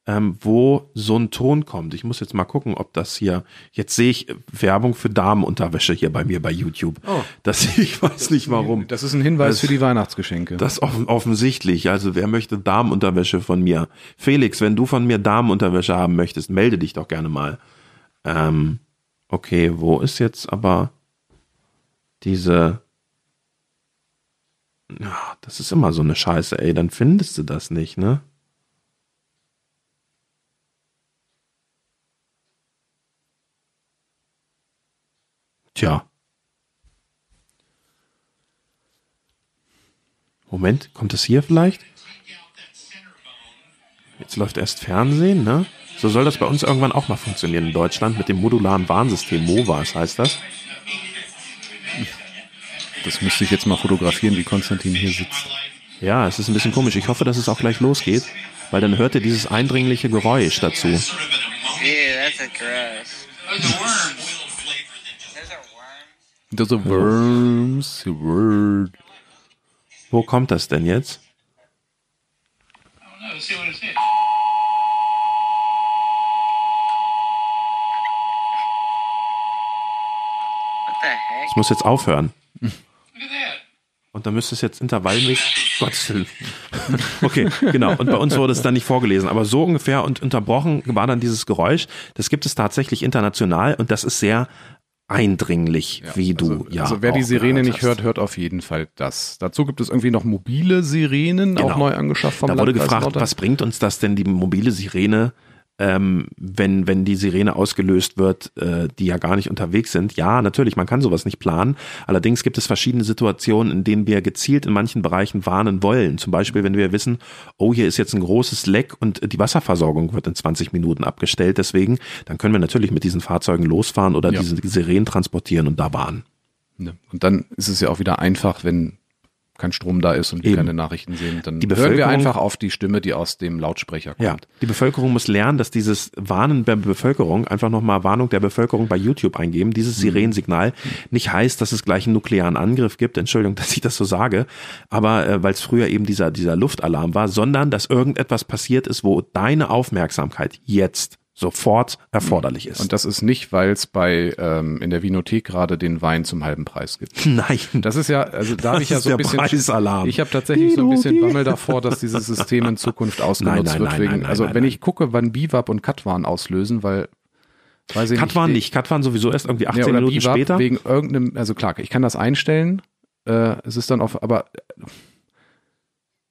[SPEAKER 1] ähm, wo so ein Ton kommt. Ich muss jetzt mal gucken, ob das hier. Jetzt sehe ich Werbung für Damenunterwäsche hier bei mir bei YouTube.
[SPEAKER 2] Oh.
[SPEAKER 1] Das, ich weiß nicht warum.
[SPEAKER 2] Das ist ein Hinweis
[SPEAKER 1] Das-
[SPEAKER 2] für die Weihnachtsgeschenke.
[SPEAKER 1] Das offen, offensichtlich. Also wer möchte Damenunterwäsche von mir? Felix, wenn du von mir Damenunterwäsche haben möchtest, melde dich doch gerne mal. Ähm, okay, wo ist jetzt aber diese... Ja, das ist immer so eine Scheiße, ey. Dann findest du das nicht, ne? Tja. Moment, kommt das hier vielleicht? Jetzt läuft erst Fernsehen, ne? So soll das bei uns irgendwann auch mal funktionieren in Deutschland mit dem modularen Warnsystem MOVAS heißt das.
[SPEAKER 2] Das müsste ich jetzt mal fotografieren, wie Konstantin hier sitzt.
[SPEAKER 1] Ja, es ist ein bisschen komisch. Ich hoffe, dass es auch gleich losgeht, weil dann hört ihr dieses eindringliche Geräusch dazu.
[SPEAKER 4] Ew, that's a gross.
[SPEAKER 5] Those are worms.
[SPEAKER 4] Those are worms.
[SPEAKER 2] Das so Worms, Word.
[SPEAKER 1] Wo kommt das denn jetzt?
[SPEAKER 5] I don't know. Let's see what it is.
[SPEAKER 4] What the heck?
[SPEAKER 1] Ich muss jetzt aufhören.
[SPEAKER 5] Look at that.
[SPEAKER 1] Und dann müsste es jetzt intervallmäßig. Gottes Willen. Okay, genau. Und bei uns wurde es dann nicht vorgelesen. Aber so ungefähr und unterbrochen war dann dieses Geräusch. Das gibt es tatsächlich international und das ist sehr eindringlich, wie du
[SPEAKER 2] also,
[SPEAKER 1] ja.
[SPEAKER 2] Also wer die
[SPEAKER 1] auch
[SPEAKER 2] Sirene
[SPEAKER 1] gehört
[SPEAKER 2] nicht
[SPEAKER 1] hast.
[SPEAKER 2] hört, hört auf jeden Fall das. Dazu gibt es irgendwie noch mobile Sirenen, auch
[SPEAKER 1] Genau.
[SPEAKER 2] neu angeschafft vom
[SPEAKER 1] Da wurde
[SPEAKER 2] Landkreis
[SPEAKER 1] gefragt,
[SPEAKER 2] Nordrhein.
[SPEAKER 1] was bringt uns das denn, die mobile Sirene, ähm, wenn, wenn die Sirene ausgelöst wird, äh, die ja gar nicht unterwegs sind? Ja, natürlich, man kann sowas nicht planen. Allerdings gibt es verschiedene Situationen, in denen wir gezielt in manchen Bereichen warnen wollen. Zum Beispiel, wenn wir wissen, oh, hier ist jetzt ein großes Leck und die Wasserversorgung wird in 20 Minuten abgestellt. Deswegen, dann können wir natürlich mit diesen Fahrzeugen losfahren oder
[SPEAKER 2] Ja.
[SPEAKER 1] diese Sirenen transportieren und da warnen.
[SPEAKER 2] Ne. Und dann ist es ja auch wieder einfach, wenn kein Strom da ist und wir
[SPEAKER 1] Eben.
[SPEAKER 2] keine Nachrichten sehen, dann
[SPEAKER 1] Die
[SPEAKER 2] hören wir
[SPEAKER 1] Bevölkerung-
[SPEAKER 2] einfach auf die Stimme, die aus dem Lautsprecher kommt.
[SPEAKER 1] Ja, die Bevölkerung muss lernen, dass dieses Warnen der Bevölkerung, einfach nochmal Warnung der Bevölkerung bei YouTube eingeben,
[SPEAKER 2] Mhm.
[SPEAKER 1] dieses Sirensignal nicht heißt, dass es gleich einen nuklearen Angriff gibt, Entschuldigung, dass ich das so sage, aber äh, weil es früher eben dieser, dieser Luftalarm war, sondern dass irgendetwas passiert ist, wo deine Aufmerksamkeit jetzt sofort erforderlich ist.
[SPEAKER 2] Mhm. Und das ist nicht, weil es bei ähm, in der Vinothek gerade den Wein zum halben Preis gibt.
[SPEAKER 1] Nein,
[SPEAKER 2] Das ist ja, also da habe ich ja
[SPEAKER 1] ist
[SPEAKER 2] so
[SPEAKER 1] der
[SPEAKER 2] ein bisschen.
[SPEAKER 1] Preisalarm.
[SPEAKER 2] Ich habe tatsächlich so ein bisschen Bammel davor, dass dieses System in Zukunft ausgenutzt
[SPEAKER 1] Nein, nein,
[SPEAKER 2] wird.
[SPEAKER 1] nein,
[SPEAKER 2] wegen,
[SPEAKER 1] nein, nein,
[SPEAKER 2] also
[SPEAKER 1] nein,
[SPEAKER 2] wenn
[SPEAKER 1] nein.
[SPEAKER 2] ich gucke, wann Biwab und Katwan auslösen, weil weiß ich
[SPEAKER 1] Cut waren
[SPEAKER 2] nicht.
[SPEAKER 1] nicht, Cut waren sowieso erst irgendwie 18
[SPEAKER 2] Ja, oder
[SPEAKER 1] Minuten
[SPEAKER 2] Biwab
[SPEAKER 1] später.
[SPEAKER 2] wegen irgendeinem, also klar, ich kann das einstellen. Äh, es ist dann auf, aber äh,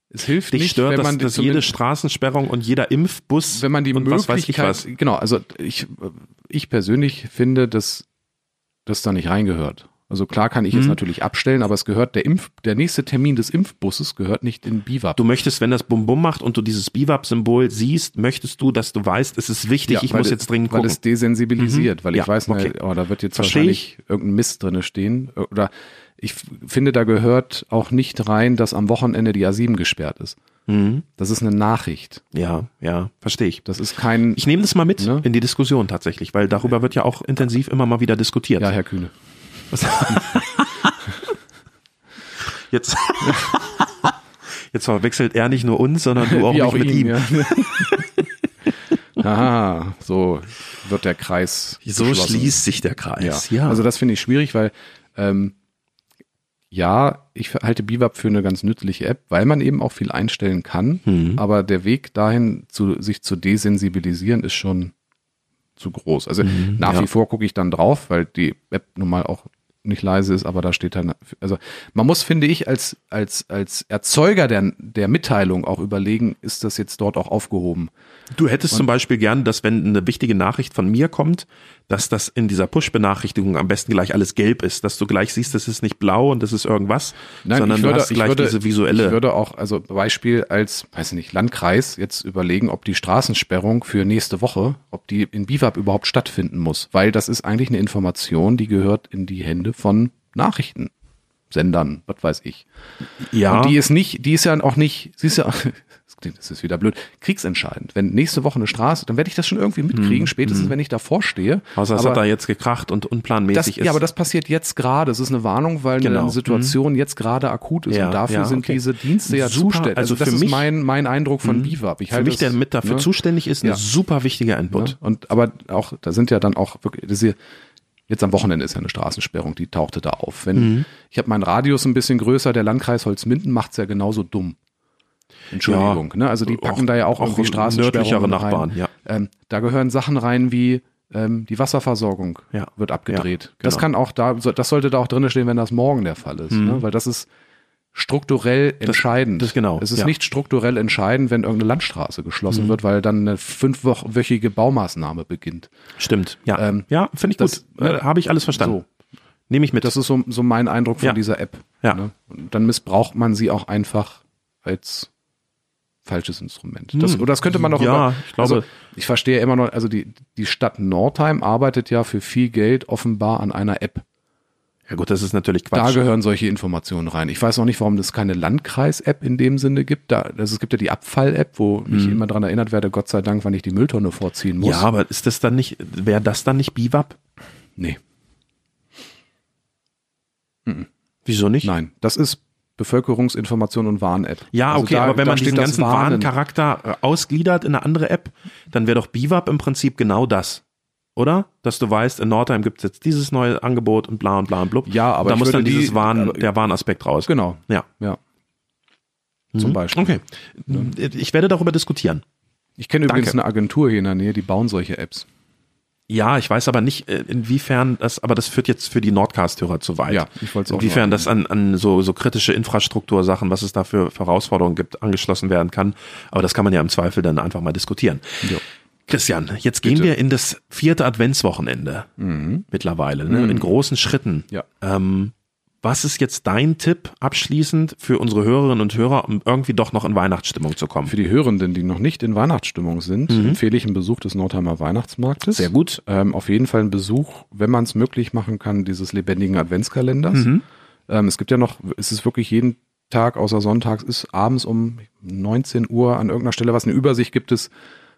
[SPEAKER 2] es hilft
[SPEAKER 1] Dich
[SPEAKER 2] nicht,
[SPEAKER 1] stört,
[SPEAKER 2] wenn
[SPEAKER 1] dass,
[SPEAKER 2] man
[SPEAKER 1] dass
[SPEAKER 2] zumindest-
[SPEAKER 1] jede Straßensperrung und jeder Impfbus
[SPEAKER 2] wenn man die
[SPEAKER 1] und was
[SPEAKER 2] Möglichkeit,
[SPEAKER 1] weiß ich was.
[SPEAKER 2] genau, also ich, ich persönlich finde, dass das da nicht reingehört. Also klar kann
[SPEAKER 1] Mhm.
[SPEAKER 2] ich es natürlich abstellen, aber es gehört der Impf, der nächste Termin des Impfbusses gehört nicht in BIWAP.
[SPEAKER 1] Du möchtest, wenn das Bum Bum macht und du dieses Biwab-Symbol siehst, möchtest du, dass du weißt, es ist wichtig, ich
[SPEAKER 2] weil
[SPEAKER 1] muss
[SPEAKER 2] es-
[SPEAKER 1] jetzt dringend
[SPEAKER 2] Weil
[SPEAKER 1] gucken. Mhm.
[SPEAKER 2] es desensibilisiert, weil
[SPEAKER 1] Ja,
[SPEAKER 2] ich weiß,
[SPEAKER 1] okay.
[SPEAKER 2] nicht, oh, da wird jetzt
[SPEAKER 1] Versteh
[SPEAKER 2] wahrscheinlich irgendein Mist drinne stehen. Oder ich f- finde, da gehört auch nicht rein, dass am Wochenende die A7 gesperrt ist.
[SPEAKER 1] Mhm.
[SPEAKER 2] Das ist eine Nachricht.
[SPEAKER 1] Ja, ja, verstehe ich.
[SPEAKER 2] Das ist kein.
[SPEAKER 1] Ich nehme das mal mit
[SPEAKER 2] Ne?
[SPEAKER 1] in die Diskussion tatsächlich, weil darüber wird ja auch intensiv immer mal wieder diskutiert.
[SPEAKER 2] ja, Herr Kühne.
[SPEAKER 1] Jetzt, jetzt verwechselt er nicht nur uns, sondern du auch
[SPEAKER 2] Wie
[SPEAKER 1] mich mit ihm.
[SPEAKER 2] ja. Aha, so wird der Kreis.
[SPEAKER 1] So
[SPEAKER 2] geschlossen.
[SPEAKER 1] schließt sich der
[SPEAKER 2] Ja.
[SPEAKER 1] Kreis.
[SPEAKER 2] Also das finde ich schwierig, weil ähm, ja, ich halte Biwab für eine ganz nützliche App, weil man eben auch viel einstellen kann. Aber der Weg dahin, zu, sich zu desensibilisieren, ist schon zu groß. Also nach
[SPEAKER 1] ja.
[SPEAKER 2] wie vor gucke ich dann drauf, weil die App nun mal auch nicht leise ist, aber da steht dann, also man muss, finde ich, als, als, als Erzeuger der, der Mitteilung auch überlegen, ist das jetzt dort auch aufgehoben?
[SPEAKER 1] Du hättest zum Beispiel gern, dass wenn eine wichtige Nachricht von mir kommt, dass das in dieser Push-Benachrichtigung am besten gleich alles gelb ist, dass du gleich siehst, das ist nicht blau und das ist irgendwas, sondern du hast
[SPEAKER 2] ich
[SPEAKER 1] gleich diese
[SPEAKER 2] Ich
[SPEAKER 1] visuelle.
[SPEAKER 2] würde auch, also Beispiel als, weiß ich nicht, Landkreis jetzt überlegen, ob die Straßensperrung für nächste Woche, ob die in BIWAP überhaupt stattfinden muss, weil das ist eigentlich eine Information, die gehört in die Hände von Nachrichtensendern, was weiß ich.
[SPEAKER 1] Ja,
[SPEAKER 2] Und die ist nicht, die ist ja auch nicht, sie ist ja, das klingt- das ist wieder blöd, kriegsentscheidend. Wenn nächste Woche eine Straße, dann werde ich das schon irgendwie mitkriegen, spätestens wenn ich davor stehe.
[SPEAKER 1] Hm, außer also es
[SPEAKER 2] Aber-
[SPEAKER 1] hat da jetzt gekracht und
[SPEAKER 2] das,
[SPEAKER 1] unplanmäßig ist.
[SPEAKER 2] ja, aber das passiert jetzt gerade. Es ist eine Warnung, weil
[SPEAKER 1] Genau.
[SPEAKER 2] eine Situation jetzt gerade akut ist.
[SPEAKER 1] Ja,
[SPEAKER 2] und dafür
[SPEAKER 1] ja,
[SPEAKER 2] sind
[SPEAKER 1] okay.
[SPEAKER 2] diese Dienste ja
[SPEAKER 1] Super,
[SPEAKER 2] zuständig.
[SPEAKER 1] also
[SPEAKER 2] das
[SPEAKER 1] für
[SPEAKER 2] ist
[SPEAKER 1] mich- Mhm.
[SPEAKER 2] mein, mein Eindruck von BIWAP. Ich ne?
[SPEAKER 1] für mich, der mit dafür zuständig ist, ein
[SPEAKER 2] Ja.
[SPEAKER 1] super wichtiger Input.
[SPEAKER 2] Ne? Und aber auch, da sind ja dann auch wirklich, das hier, jetzt am Wochenende ist ja eine Straßensperrung, die tauchte da auf. Wenn, Ich habe meinen Radius ein bisschen größer, der Landkreis Holzminden macht's ja genauso dumm. Entschuldigung, ne? Also die packen
[SPEAKER 1] Auch-
[SPEAKER 2] da ja auch,
[SPEAKER 1] auch
[SPEAKER 2] irgendwie Straßensperrungen
[SPEAKER 1] nördlichere
[SPEAKER 2] rein.
[SPEAKER 1] Nachbarn, ja.
[SPEAKER 2] Ähm, da gehören Sachen rein wie ähm, die Wasserversorgung
[SPEAKER 1] Ja.
[SPEAKER 2] wird abgedreht.
[SPEAKER 1] Ja, genau.
[SPEAKER 2] Das kann auch da, so- das sollte da auch drinne stehen, wenn das morgen der Fall ist, ne? weil das ist strukturell entscheidend.
[SPEAKER 1] das genau,
[SPEAKER 2] Es ist
[SPEAKER 1] ja. Mhm.
[SPEAKER 2] nicht strukturell entscheidend, wenn irgendeine Landstraße geschlossen wird, weil dann eine fünfwöchige Baumaßnahme beginnt.
[SPEAKER 1] Stimmt. Ja,
[SPEAKER 2] Ähm,
[SPEAKER 1] ja finde ich
[SPEAKER 2] das-
[SPEAKER 1] gut. Äh, Habe ich alles verstanden.
[SPEAKER 2] So.
[SPEAKER 1] Nehme ich mit.
[SPEAKER 2] Das ist so, so mein Eindruck von
[SPEAKER 1] Ja.
[SPEAKER 2] dieser App.
[SPEAKER 1] Ja.
[SPEAKER 2] Ne? Und dann missbraucht man sie auch einfach als falsches Instrument. Das, oder das könnte man auch
[SPEAKER 1] Hm. Ja, ich glaube-
[SPEAKER 2] also, ich verstehe immer noch, also die, die Stadt Nordheim arbeitet ja für viel Geld offenbar an einer App.
[SPEAKER 1] ja gut, das ist natürlich
[SPEAKER 2] Da
[SPEAKER 1] Quatsch.
[SPEAKER 2] gehören solche Informationen rein. Ich weiß auch nicht, warum es keine Landkreis-App in dem Sinne gibt. Da, also es gibt ja die Abfall-App, wo ich immer dran erinnert werde, Gott sei Dank, wann ich die Mülltonne vorziehen muss.
[SPEAKER 1] Mhm. ja, aber ist das dann nicht, wäre das dann nicht Biwab?
[SPEAKER 2] Nee,
[SPEAKER 1] Wieso nicht?
[SPEAKER 2] nein. Das ist Bevölkerungsinformation und Warn-App.
[SPEAKER 1] Ja,
[SPEAKER 2] Also
[SPEAKER 1] okay,
[SPEAKER 2] da-
[SPEAKER 1] aber wenn
[SPEAKER 2] da
[SPEAKER 1] man
[SPEAKER 2] steht
[SPEAKER 1] diesen
[SPEAKER 2] das
[SPEAKER 1] ganzen
[SPEAKER 2] Warnen.
[SPEAKER 1] Warncharakter äh, ausgliedert in eine andere App, dann wäre doch Biwab im Prinzip genau das. Oder? Dass du weißt, in Nordheim gibt es jetzt dieses neue Angebot und bla und bla und blub.
[SPEAKER 2] Ja, aber
[SPEAKER 1] Und Da
[SPEAKER 2] ich
[SPEAKER 1] muss
[SPEAKER 2] würde
[SPEAKER 1] dann dieses
[SPEAKER 2] die-
[SPEAKER 1] Warn,
[SPEAKER 2] äh,
[SPEAKER 1] der Warnaspekt raus.
[SPEAKER 2] Genau,
[SPEAKER 1] Ja.
[SPEAKER 2] ja.
[SPEAKER 1] Mhm.
[SPEAKER 2] Zum Beispiel.
[SPEAKER 1] Okay. Ich werde darüber diskutieren.
[SPEAKER 2] Ich kenne übrigens
[SPEAKER 1] Danke.
[SPEAKER 2] eine Agentur hier in der Nähe, die bauen solche Apps.
[SPEAKER 1] Ja, ich weiß aber nicht, äh, inwiefern das, aber das führt jetzt für die Nordcast-Hörer zu weit.
[SPEAKER 2] Ja, ich wollt's auch
[SPEAKER 1] Inwiefern
[SPEAKER 2] noch-
[SPEAKER 1] das an, an so, so kritische Infrastruktursachen, was es da für Herausforderungen gibt, angeschlossen werden kann. Aber das kann man ja im Zweifel dann einfach mal diskutieren.
[SPEAKER 2] Jo.
[SPEAKER 1] Christian, jetzt gehen wir in das vierte Adventswochenende mittlerweile, ne? in großen Schritten.
[SPEAKER 2] Mhm. Ja.
[SPEAKER 1] Ähm, was ist jetzt dein Tipp abschließend für unsere Hörerinnen und Hörer, um irgendwie doch noch in Weihnachtsstimmung zu kommen?
[SPEAKER 2] Für die Hörenden, die noch nicht in Weihnachtsstimmung sind, empfehle ich einen Besuch des Nordheimer Weihnachtsmarktes.
[SPEAKER 1] Mhm. Sehr gut.
[SPEAKER 2] Ähm, auf jeden Fall einen Besuch, wenn man es möglich machen kann, dieses lebendigen Adventskalenders.
[SPEAKER 1] Mhm.
[SPEAKER 2] Ähm, es gibt ja noch, es ist wirklich jeden Tag außer Sonntags, ist abends um 19 Uhr an irgendeiner Stelle was. Eine Übersicht gibt es.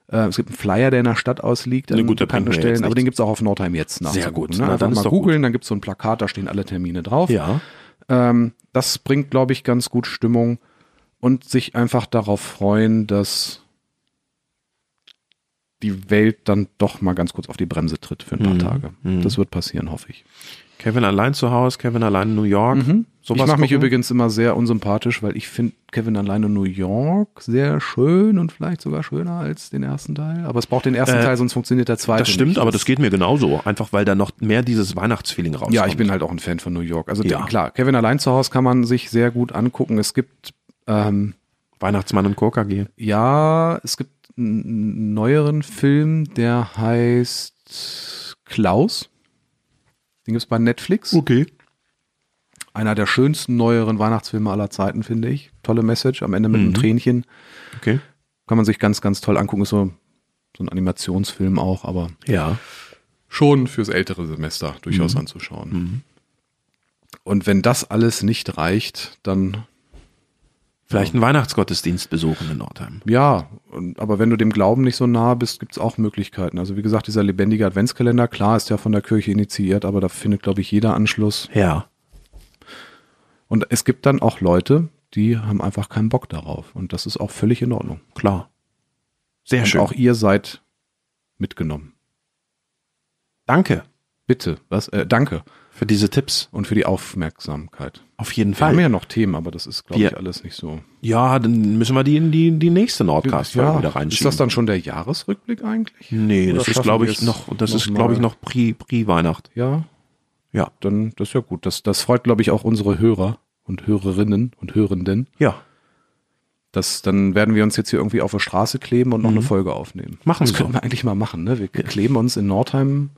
[SPEAKER 2] Äh, es gibt einen Flyer, der in der Stadt ausliegt,
[SPEAKER 1] Ne,
[SPEAKER 2] an
[SPEAKER 1] gut, der
[SPEAKER 2] bekannten
[SPEAKER 1] bringt mir jetzt
[SPEAKER 2] Stellen, aber
[SPEAKER 1] nichts.
[SPEAKER 2] den gibt es auch auf Nordheim jetzt nach.
[SPEAKER 1] gut.
[SPEAKER 2] Ne?
[SPEAKER 1] Na,
[SPEAKER 2] Einfach
[SPEAKER 1] dann ist
[SPEAKER 2] mal
[SPEAKER 1] doch gut.
[SPEAKER 2] googeln, dann gibt es so ein Plakat, da stehen alle Termine drauf.
[SPEAKER 1] Ja.
[SPEAKER 2] Ähm, das bringt, glaube ich, ganz gut Stimmung und sich einfach darauf freuen, dass die Welt dann doch mal ganz kurz auf die Bremse tritt für ein
[SPEAKER 1] Mhm.
[SPEAKER 2] paar Tage. Das wird passieren, hoffe ich.
[SPEAKER 1] Kevin allein zu Hause, Kevin allein in New York.
[SPEAKER 2] Mhm. ich mache mich
[SPEAKER 1] gucken?
[SPEAKER 2] übrigens immer sehr unsympathisch, weil ich finde Kevin alleine in New York sehr schön und vielleicht sogar schöner als den ersten Teil. Aber es braucht den ersten
[SPEAKER 1] Äh,
[SPEAKER 2] Teil, sonst funktioniert der zweite.
[SPEAKER 1] Das stimmt,
[SPEAKER 2] nicht.
[SPEAKER 1] aber das geht mir genauso. Einfach weil da noch mehr dieses Weihnachtsfeeling rauskommt.
[SPEAKER 2] Ja, ich bin halt auch ein Fan von New York. Also
[SPEAKER 1] Ja.
[SPEAKER 2] d- klar, Kevin allein zu Hause kann man sich sehr gut angucken. Es gibt ähm,
[SPEAKER 1] Weihnachtsmann und Coca G.
[SPEAKER 2] Ja, es gibt einen neueren Film, der heißt Klaus. Den gibt's bei Netflix.
[SPEAKER 1] Okay.
[SPEAKER 2] einer der schönsten neueren Weihnachtsfilme aller Zeiten, finde ich. Tolle Message, am Ende mit einem
[SPEAKER 1] Mhm.
[SPEAKER 2] Tränchen.
[SPEAKER 1] Okay.
[SPEAKER 2] Kann man sich ganz, ganz toll angucken. Ist so, so ein Animationsfilm auch, aber
[SPEAKER 1] Ja.
[SPEAKER 2] schon fürs ältere Semester durchaus anzuschauen. Und wenn das alles nicht reicht, dann
[SPEAKER 1] Vielleicht einen Weihnachtsgottesdienst besuchen in Nordheim.
[SPEAKER 2] Ja, und, aber wenn du dem Glauben nicht so nah bist, gibt's auch Möglichkeiten. Also wie gesagt, dieser lebendige Adventskalender, klar ist ja von der Kirche initiiert, aber da findet, glaube ich, jeder Anschluss.
[SPEAKER 1] Ja.
[SPEAKER 2] Und es gibt dann auch Leute, die haben einfach keinen Bock darauf. Und das ist auch völlig in Ordnung.
[SPEAKER 1] Klar. Sehr
[SPEAKER 2] und
[SPEAKER 1] schön.
[SPEAKER 2] auch ihr seid mitgenommen.
[SPEAKER 1] danke
[SPEAKER 2] Bitte, was? Äh, danke.
[SPEAKER 1] für diese Tipps.
[SPEAKER 2] Und für die Aufmerksamkeit.
[SPEAKER 1] Auf jeden
[SPEAKER 2] Wir haben
[SPEAKER 1] Fall.
[SPEAKER 2] ja noch Themen, aber das ist, glaube
[SPEAKER 1] Wir-
[SPEAKER 2] ich, alles nicht so.
[SPEAKER 1] Ja, dann müssen wir die in die, die nächste Nordcast-Folge wieder reinschieben.
[SPEAKER 2] ist das dann schon der Jahresrückblick eigentlich?
[SPEAKER 1] Nee,
[SPEAKER 2] Oder
[SPEAKER 1] das ist,
[SPEAKER 2] schaffen
[SPEAKER 1] glaube
[SPEAKER 2] wir
[SPEAKER 1] ich,
[SPEAKER 2] es
[SPEAKER 1] noch, das ist,
[SPEAKER 2] mal?
[SPEAKER 1] glaube ich, noch Pri- Pri-Weihnacht.
[SPEAKER 2] Ja,
[SPEAKER 1] ja.
[SPEAKER 2] dann das ist ja gut. Das, das freut, glaube ich, auch unsere Hörer und Hörerinnen und Hörenden.
[SPEAKER 1] Ja.
[SPEAKER 2] Das, dann werden wir uns jetzt hier irgendwie auf der Straße kleben und noch eine Folge aufnehmen.
[SPEAKER 1] Mhm. Machen
[SPEAKER 2] das
[SPEAKER 1] wir
[SPEAKER 2] könnten
[SPEAKER 1] so.
[SPEAKER 2] wir eigentlich mal machen. Ne? Wir kleben uns in Nordheim.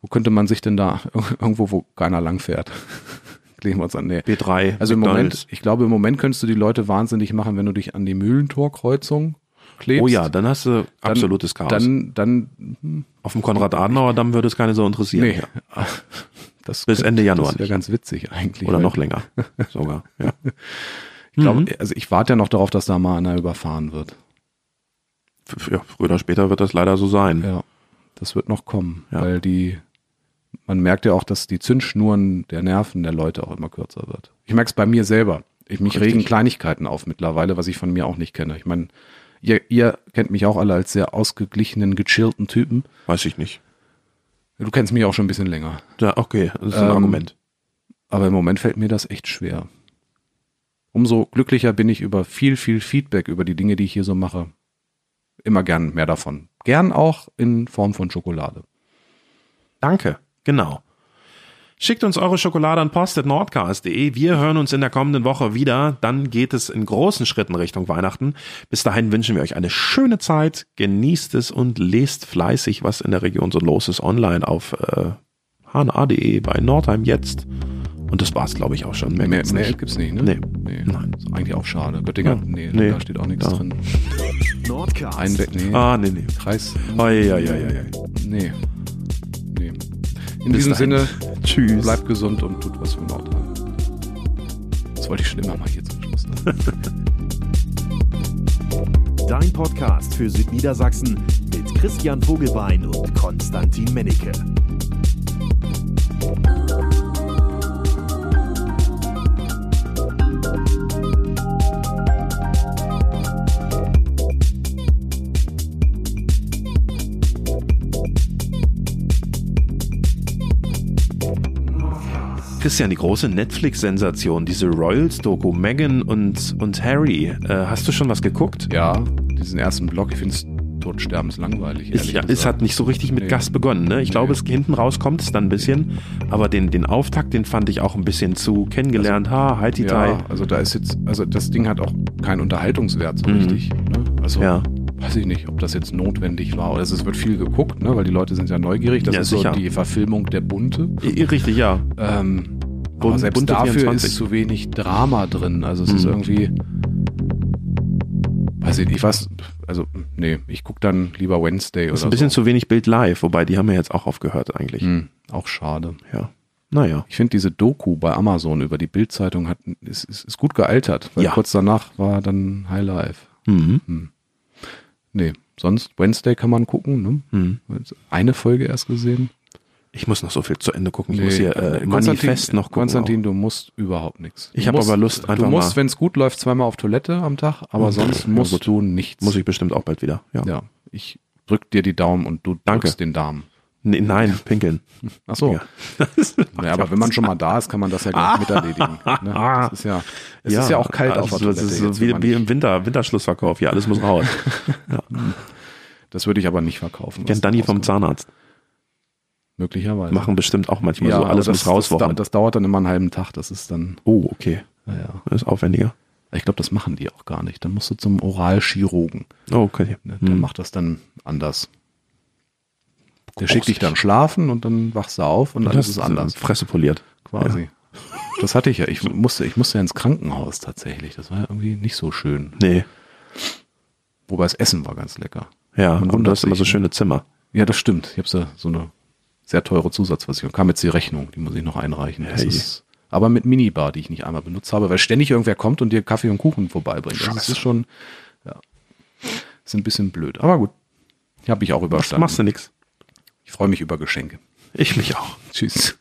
[SPEAKER 2] Wo könnte man sich denn da irgendwo, wo keiner langfährt? kleben wir uns an. Nee.
[SPEAKER 1] B3.
[SPEAKER 2] Also im
[SPEAKER 1] McDonald's.
[SPEAKER 2] Moment, ich glaube, im Moment könntest du die Leute wahnsinnig machen, wenn du dich an die Mühlentorkreuzung klebst.
[SPEAKER 1] Oh ja, dann hast du
[SPEAKER 2] Dann-
[SPEAKER 1] absolutes Chaos.
[SPEAKER 2] Dann, dann,
[SPEAKER 1] Auf dem Konrad-Adenauer-Damm würde es keine so interessieren.
[SPEAKER 2] nee.
[SPEAKER 1] Ja.
[SPEAKER 2] Das
[SPEAKER 1] Bis Ende Januar
[SPEAKER 2] Das wäre
[SPEAKER 1] nicht.
[SPEAKER 2] ganz witzig eigentlich.
[SPEAKER 1] Oder
[SPEAKER 2] weil-
[SPEAKER 1] noch länger. Sogar. Ja.
[SPEAKER 2] Ich glaube,
[SPEAKER 1] Mhm.
[SPEAKER 2] also ich warte ja noch darauf, dass da mal einer überfahren wird.
[SPEAKER 1] F- f- ja, früher oder später wird das leider so sein.
[SPEAKER 2] Ja. Das wird noch kommen,
[SPEAKER 1] Mhm. Ja.
[SPEAKER 2] weil die, man merkt ja auch, dass die Zündschnuren der Nerven der Leute auch immer kürzer wird. Ich merke es bei mir selber. Ich, mich
[SPEAKER 1] Richtig.
[SPEAKER 2] regen Kleinigkeiten auf mittlerweile, was ich von mir auch nicht kenne. Ich meine, ihr, ihr kennt mich auch alle als sehr ausgeglichenen, gechillten Typen.
[SPEAKER 1] Weiß ich nicht.
[SPEAKER 2] Du kennst mich auch schon ein bisschen länger.
[SPEAKER 1] Ja, okay, das ist ein
[SPEAKER 2] Ähm,
[SPEAKER 1] Argument.
[SPEAKER 2] Aber im Moment fällt mir das echt schwer. Umso glücklicher bin ich über viel, viel Feedback über die Dinge, die ich hier so mache. Immer gern mehr davon. Gern auch in Form von Schokolade.
[SPEAKER 1] Danke. Genau. Schickt uns eure Schokolade an post.nordcast.de. Wir hören uns in der kommenden Woche wieder. Dann geht es in großen Schritten Richtung Weihnachten. Bis dahin wünschen wir euch eine schöne Zeit. Genießt es und lest fleißig, was in der Region so los ist, online auf äh, hna.de bei Nordheim jetzt. Und das war's, glaube ich, auch schon. Mehr,
[SPEAKER 2] Mehr,
[SPEAKER 1] gibt's
[SPEAKER 2] mehr
[SPEAKER 1] nicht.
[SPEAKER 2] gibt's nicht, ne?
[SPEAKER 1] Nee.
[SPEAKER 2] nee.
[SPEAKER 1] Nein.
[SPEAKER 2] Ist eigentlich auch schade. Göttinger,
[SPEAKER 1] Ja.
[SPEAKER 2] nee,
[SPEAKER 1] Nee.
[SPEAKER 2] da steht auch nichts
[SPEAKER 1] Da.
[SPEAKER 2] drin.
[SPEAKER 3] Nordcast.
[SPEAKER 2] Einweg, nee.
[SPEAKER 1] Ah, nee, nee.
[SPEAKER 2] Kreis,
[SPEAKER 1] Oi, oi, oi, oi.
[SPEAKER 2] nee. Nee. In
[SPEAKER 1] Bis
[SPEAKER 2] diesem
[SPEAKER 1] dahin.
[SPEAKER 2] Sinne,
[SPEAKER 1] Tschüss.
[SPEAKER 2] bleibt gesund und tut was für Nordrhein. Das wollte ich schon immer mal hier zum Schluss. sagen.
[SPEAKER 3] Dein Podcast für Südniedersachsen mit Christian Vogelbein und Konstantin Mennecke.
[SPEAKER 1] Christian, die große Netflix-Sensation, diese Royals-Doku, Meghan und, und Harry. Äh, hast du schon was geguckt?
[SPEAKER 2] ja, diesen ersten Block, ich finde es totsterbenslangweilig.
[SPEAKER 1] Es,
[SPEAKER 2] ehrlich
[SPEAKER 1] ja, halt es
[SPEAKER 2] gesagt.
[SPEAKER 1] hat nicht so richtig mit
[SPEAKER 2] Nee.
[SPEAKER 1] Gas begonnen. Ne? Ich glaube, es hinten raus kommt es dann ein bisschen. Aber den, den Auftakt, den fand ich auch ein bisschen zu kennengelernt. ha, halt heiti
[SPEAKER 2] Ja,
[SPEAKER 1] ja.
[SPEAKER 2] also da ist jetzt, also das Ding hat auch keinen Unterhaltungswert so richtig. Ne? Also
[SPEAKER 1] Mhm. Ja.
[SPEAKER 2] weiß ich nicht, ob das jetzt notwendig war. Oder es ist- wird viel geguckt, ne? weil die Leute sind ja neugierig. Das
[SPEAKER 1] Ja,
[SPEAKER 2] ist
[SPEAKER 1] sicher.
[SPEAKER 2] so die Verfilmung der Bunte.
[SPEAKER 1] Richtig, ja.
[SPEAKER 2] Ähm,
[SPEAKER 1] Bun-
[SPEAKER 2] aber selbst
[SPEAKER 1] Bunte
[SPEAKER 2] dafür
[SPEAKER 1] 24.
[SPEAKER 2] ist zu wenig Drama drin. Also es ist
[SPEAKER 1] Mhm.
[SPEAKER 2] irgendwie, weiß ich nicht, ich weiß, also nee, ich gucke dann lieber Wednesday
[SPEAKER 1] Ist
[SPEAKER 2] oder
[SPEAKER 1] ein bisschen
[SPEAKER 2] so.
[SPEAKER 1] zu wenig Bild live, wobei die haben ja jetzt auch aufgehört eigentlich.
[SPEAKER 2] also Hm, auch schade.
[SPEAKER 1] Ja. Naja.
[SPEAKER 2] Ich finde diese Doku bei Amazon über die Bildzeitung hat ist, ist, ist gut gealtert, weil
[SPEAKER 1] Ja.
[SPEAKER 2] kurz danach war dann High Life.
[SPEAKER 1] Mhm.
[SPEAKER 2] Nee, sonst Wednesday kann man gucken. Ne?
[SPEAKER 1] Mhm.
[SPEAKER 2] Jetzt Eine Folge erst gesehen.
[SPEAKER 1] Ich muss noch so viel zu Ende gucken. Ich
[SPEAKER 2] Nee,
[SPEAKER 1] muss hier äh,
[SPEAKER 2] Konstantin-
[SPEAKER 1] Manifest noch gucken.
[SPEAKER 2] Konstantin, du musst überhaupt nichts.
[SPEAKER 1] Ich
[SPEAKER 2] Du
[SPEAKER 1] hab
[SPEAKER 2] musst-
[SPEAKER 1] aber Lust, einfach
[SPEAKER 2] Du musst,
[SPEAKER 1] mal-
[SPEAKER 2] wenn es gut läuft, zweimal auf Toilette am Tag, aber
[SPEAKER 1] Mhm.
[SPEAKER 2] sonst
[SPEAKER 1] Ja,
[SPEAKER 2] musst
[SPEAKER 1] gut.
[SPEAKER 2] du nichts.
[SPEAKER 1] auch. Muss ich bestimmt auch bald wieder. Ja.
[SPEAKER 2] Ja, ich drück dir die Daumen und du
[SPEAKER 1] Danke.
[SPEAKER 2] drückst den Darm.
[SPEAKER 1] Nee, nein, pinkeln.
[SPEAKER 2] Ach so.
[SPEAKER 1] Ja.
[SPEAKER 2] Naja, aber wenn man schon mal da ist, kann man das ja gleich mit erledigen. Ne? Das ist ja, es ist ja auch kalt
[SPEAKER 1] also,
[SPEAKER 2] auf der Toilette.
[SPEAKER 1] Das ist so
[SPEAKER 2] jetzt, wenn
[SPEAKER 1] wie,
[SPEAKER 2] man
[SPEAKER 1] wie
[SPEAKER 2] nicht-
[SPEAKER 1] im Winter, Winterschlussverkauf. Ja, alles muss raus.
[SPEAKER 2] das würde ich aber nicht verkaufen.
[SPEAKER 1] Kennt Dani vom
[SPEAKER 2] Zahn.
[SPEAKER 1] Zahnarzt.
[SPEAKER 2] Möglicherweise.
[SPEAKER 1] Machen bestimmt auch manchmal so.
[SPEAKER 2] aber
[SPEAKER 1] Alles
[SPEAKER 2] das,
[SPEAKER 1] muss raus.
[SPEAKER 2] Das,
[SPEAKER 1] Wochen.
[SPEAKER 2] das, das dauert dann immer einen halben Tag. Das ist dann,
[SPEAKER 1] oh, okay.
[SPEAKER 2] naja.
[SPEAKER 1] Das ist aufwendiger.
[SPEAKER 2] Ich glaube, das machen die auch gar nicht. Dann musst du zum Oralchirurgen.
[SPEAKER 1] Oh, okay.
[SPEAKER 2] Ne? Der
[SPEAKER 1] Hm.
[SPEAKER 2] macht das dann anders. Der
[SPEAKER 1] Großartig.
[SPEAKER 2] schickt dich dann schlafen und dann wachst du auf und alles
[SPEAKER 1] Das
[SPEAKER 2] ist äh, anders.
[SPEAKER 1] Fresse poliert.
[SPEAKER 2] Quasi. Das hatte ich ja. Ich musste, ich musste ja ins Krankenhaus tatsächlich. Das war ja irgendwie nicht so schön.
[SPEAKER 1] Nee.
[SPEAKER 2] Wobei das Essen war ganz lecker.
[SPEAKER 1] Ja,
[SPEAKER 2] Man
[SPEAKER 1] und
[SPEAKER 2] wundert
[SPEAKER 1] du hast immer
[SPEAKER 2] sich,
[SPEAKER 1] so
[SPEAKER 2] ne?
[SPEAKER 1] schöne Zimmer.
[SPEAKER 2] Ja, das stimmt. Ich habe ja so eine sehr teure Zusatzversicherung. Kam jetzt die Rechnung, die muss ich noch einreichen. Das
[SPEAKER 1] Hey.
[SPEAKER 2] ist, aber mit Minibar, die ich nicht einmal benutzt habe, weil ständig irgendwer kommt und dir Kaffee und Kuchen vorbeibringt. Also Das ist schon, ja, ist ein bisschen blöd. Aber gut, habe ich auch
[SPEAKER 1] Was
[SPEAKER 2] überstanden.
[SPEAKER 1] machst du nix?
[SPEAKER 2] Ich freue mich über Geschenke.
[SPEAKER 1] Ich mich auch.
[SPEAKER 2] Tschüss.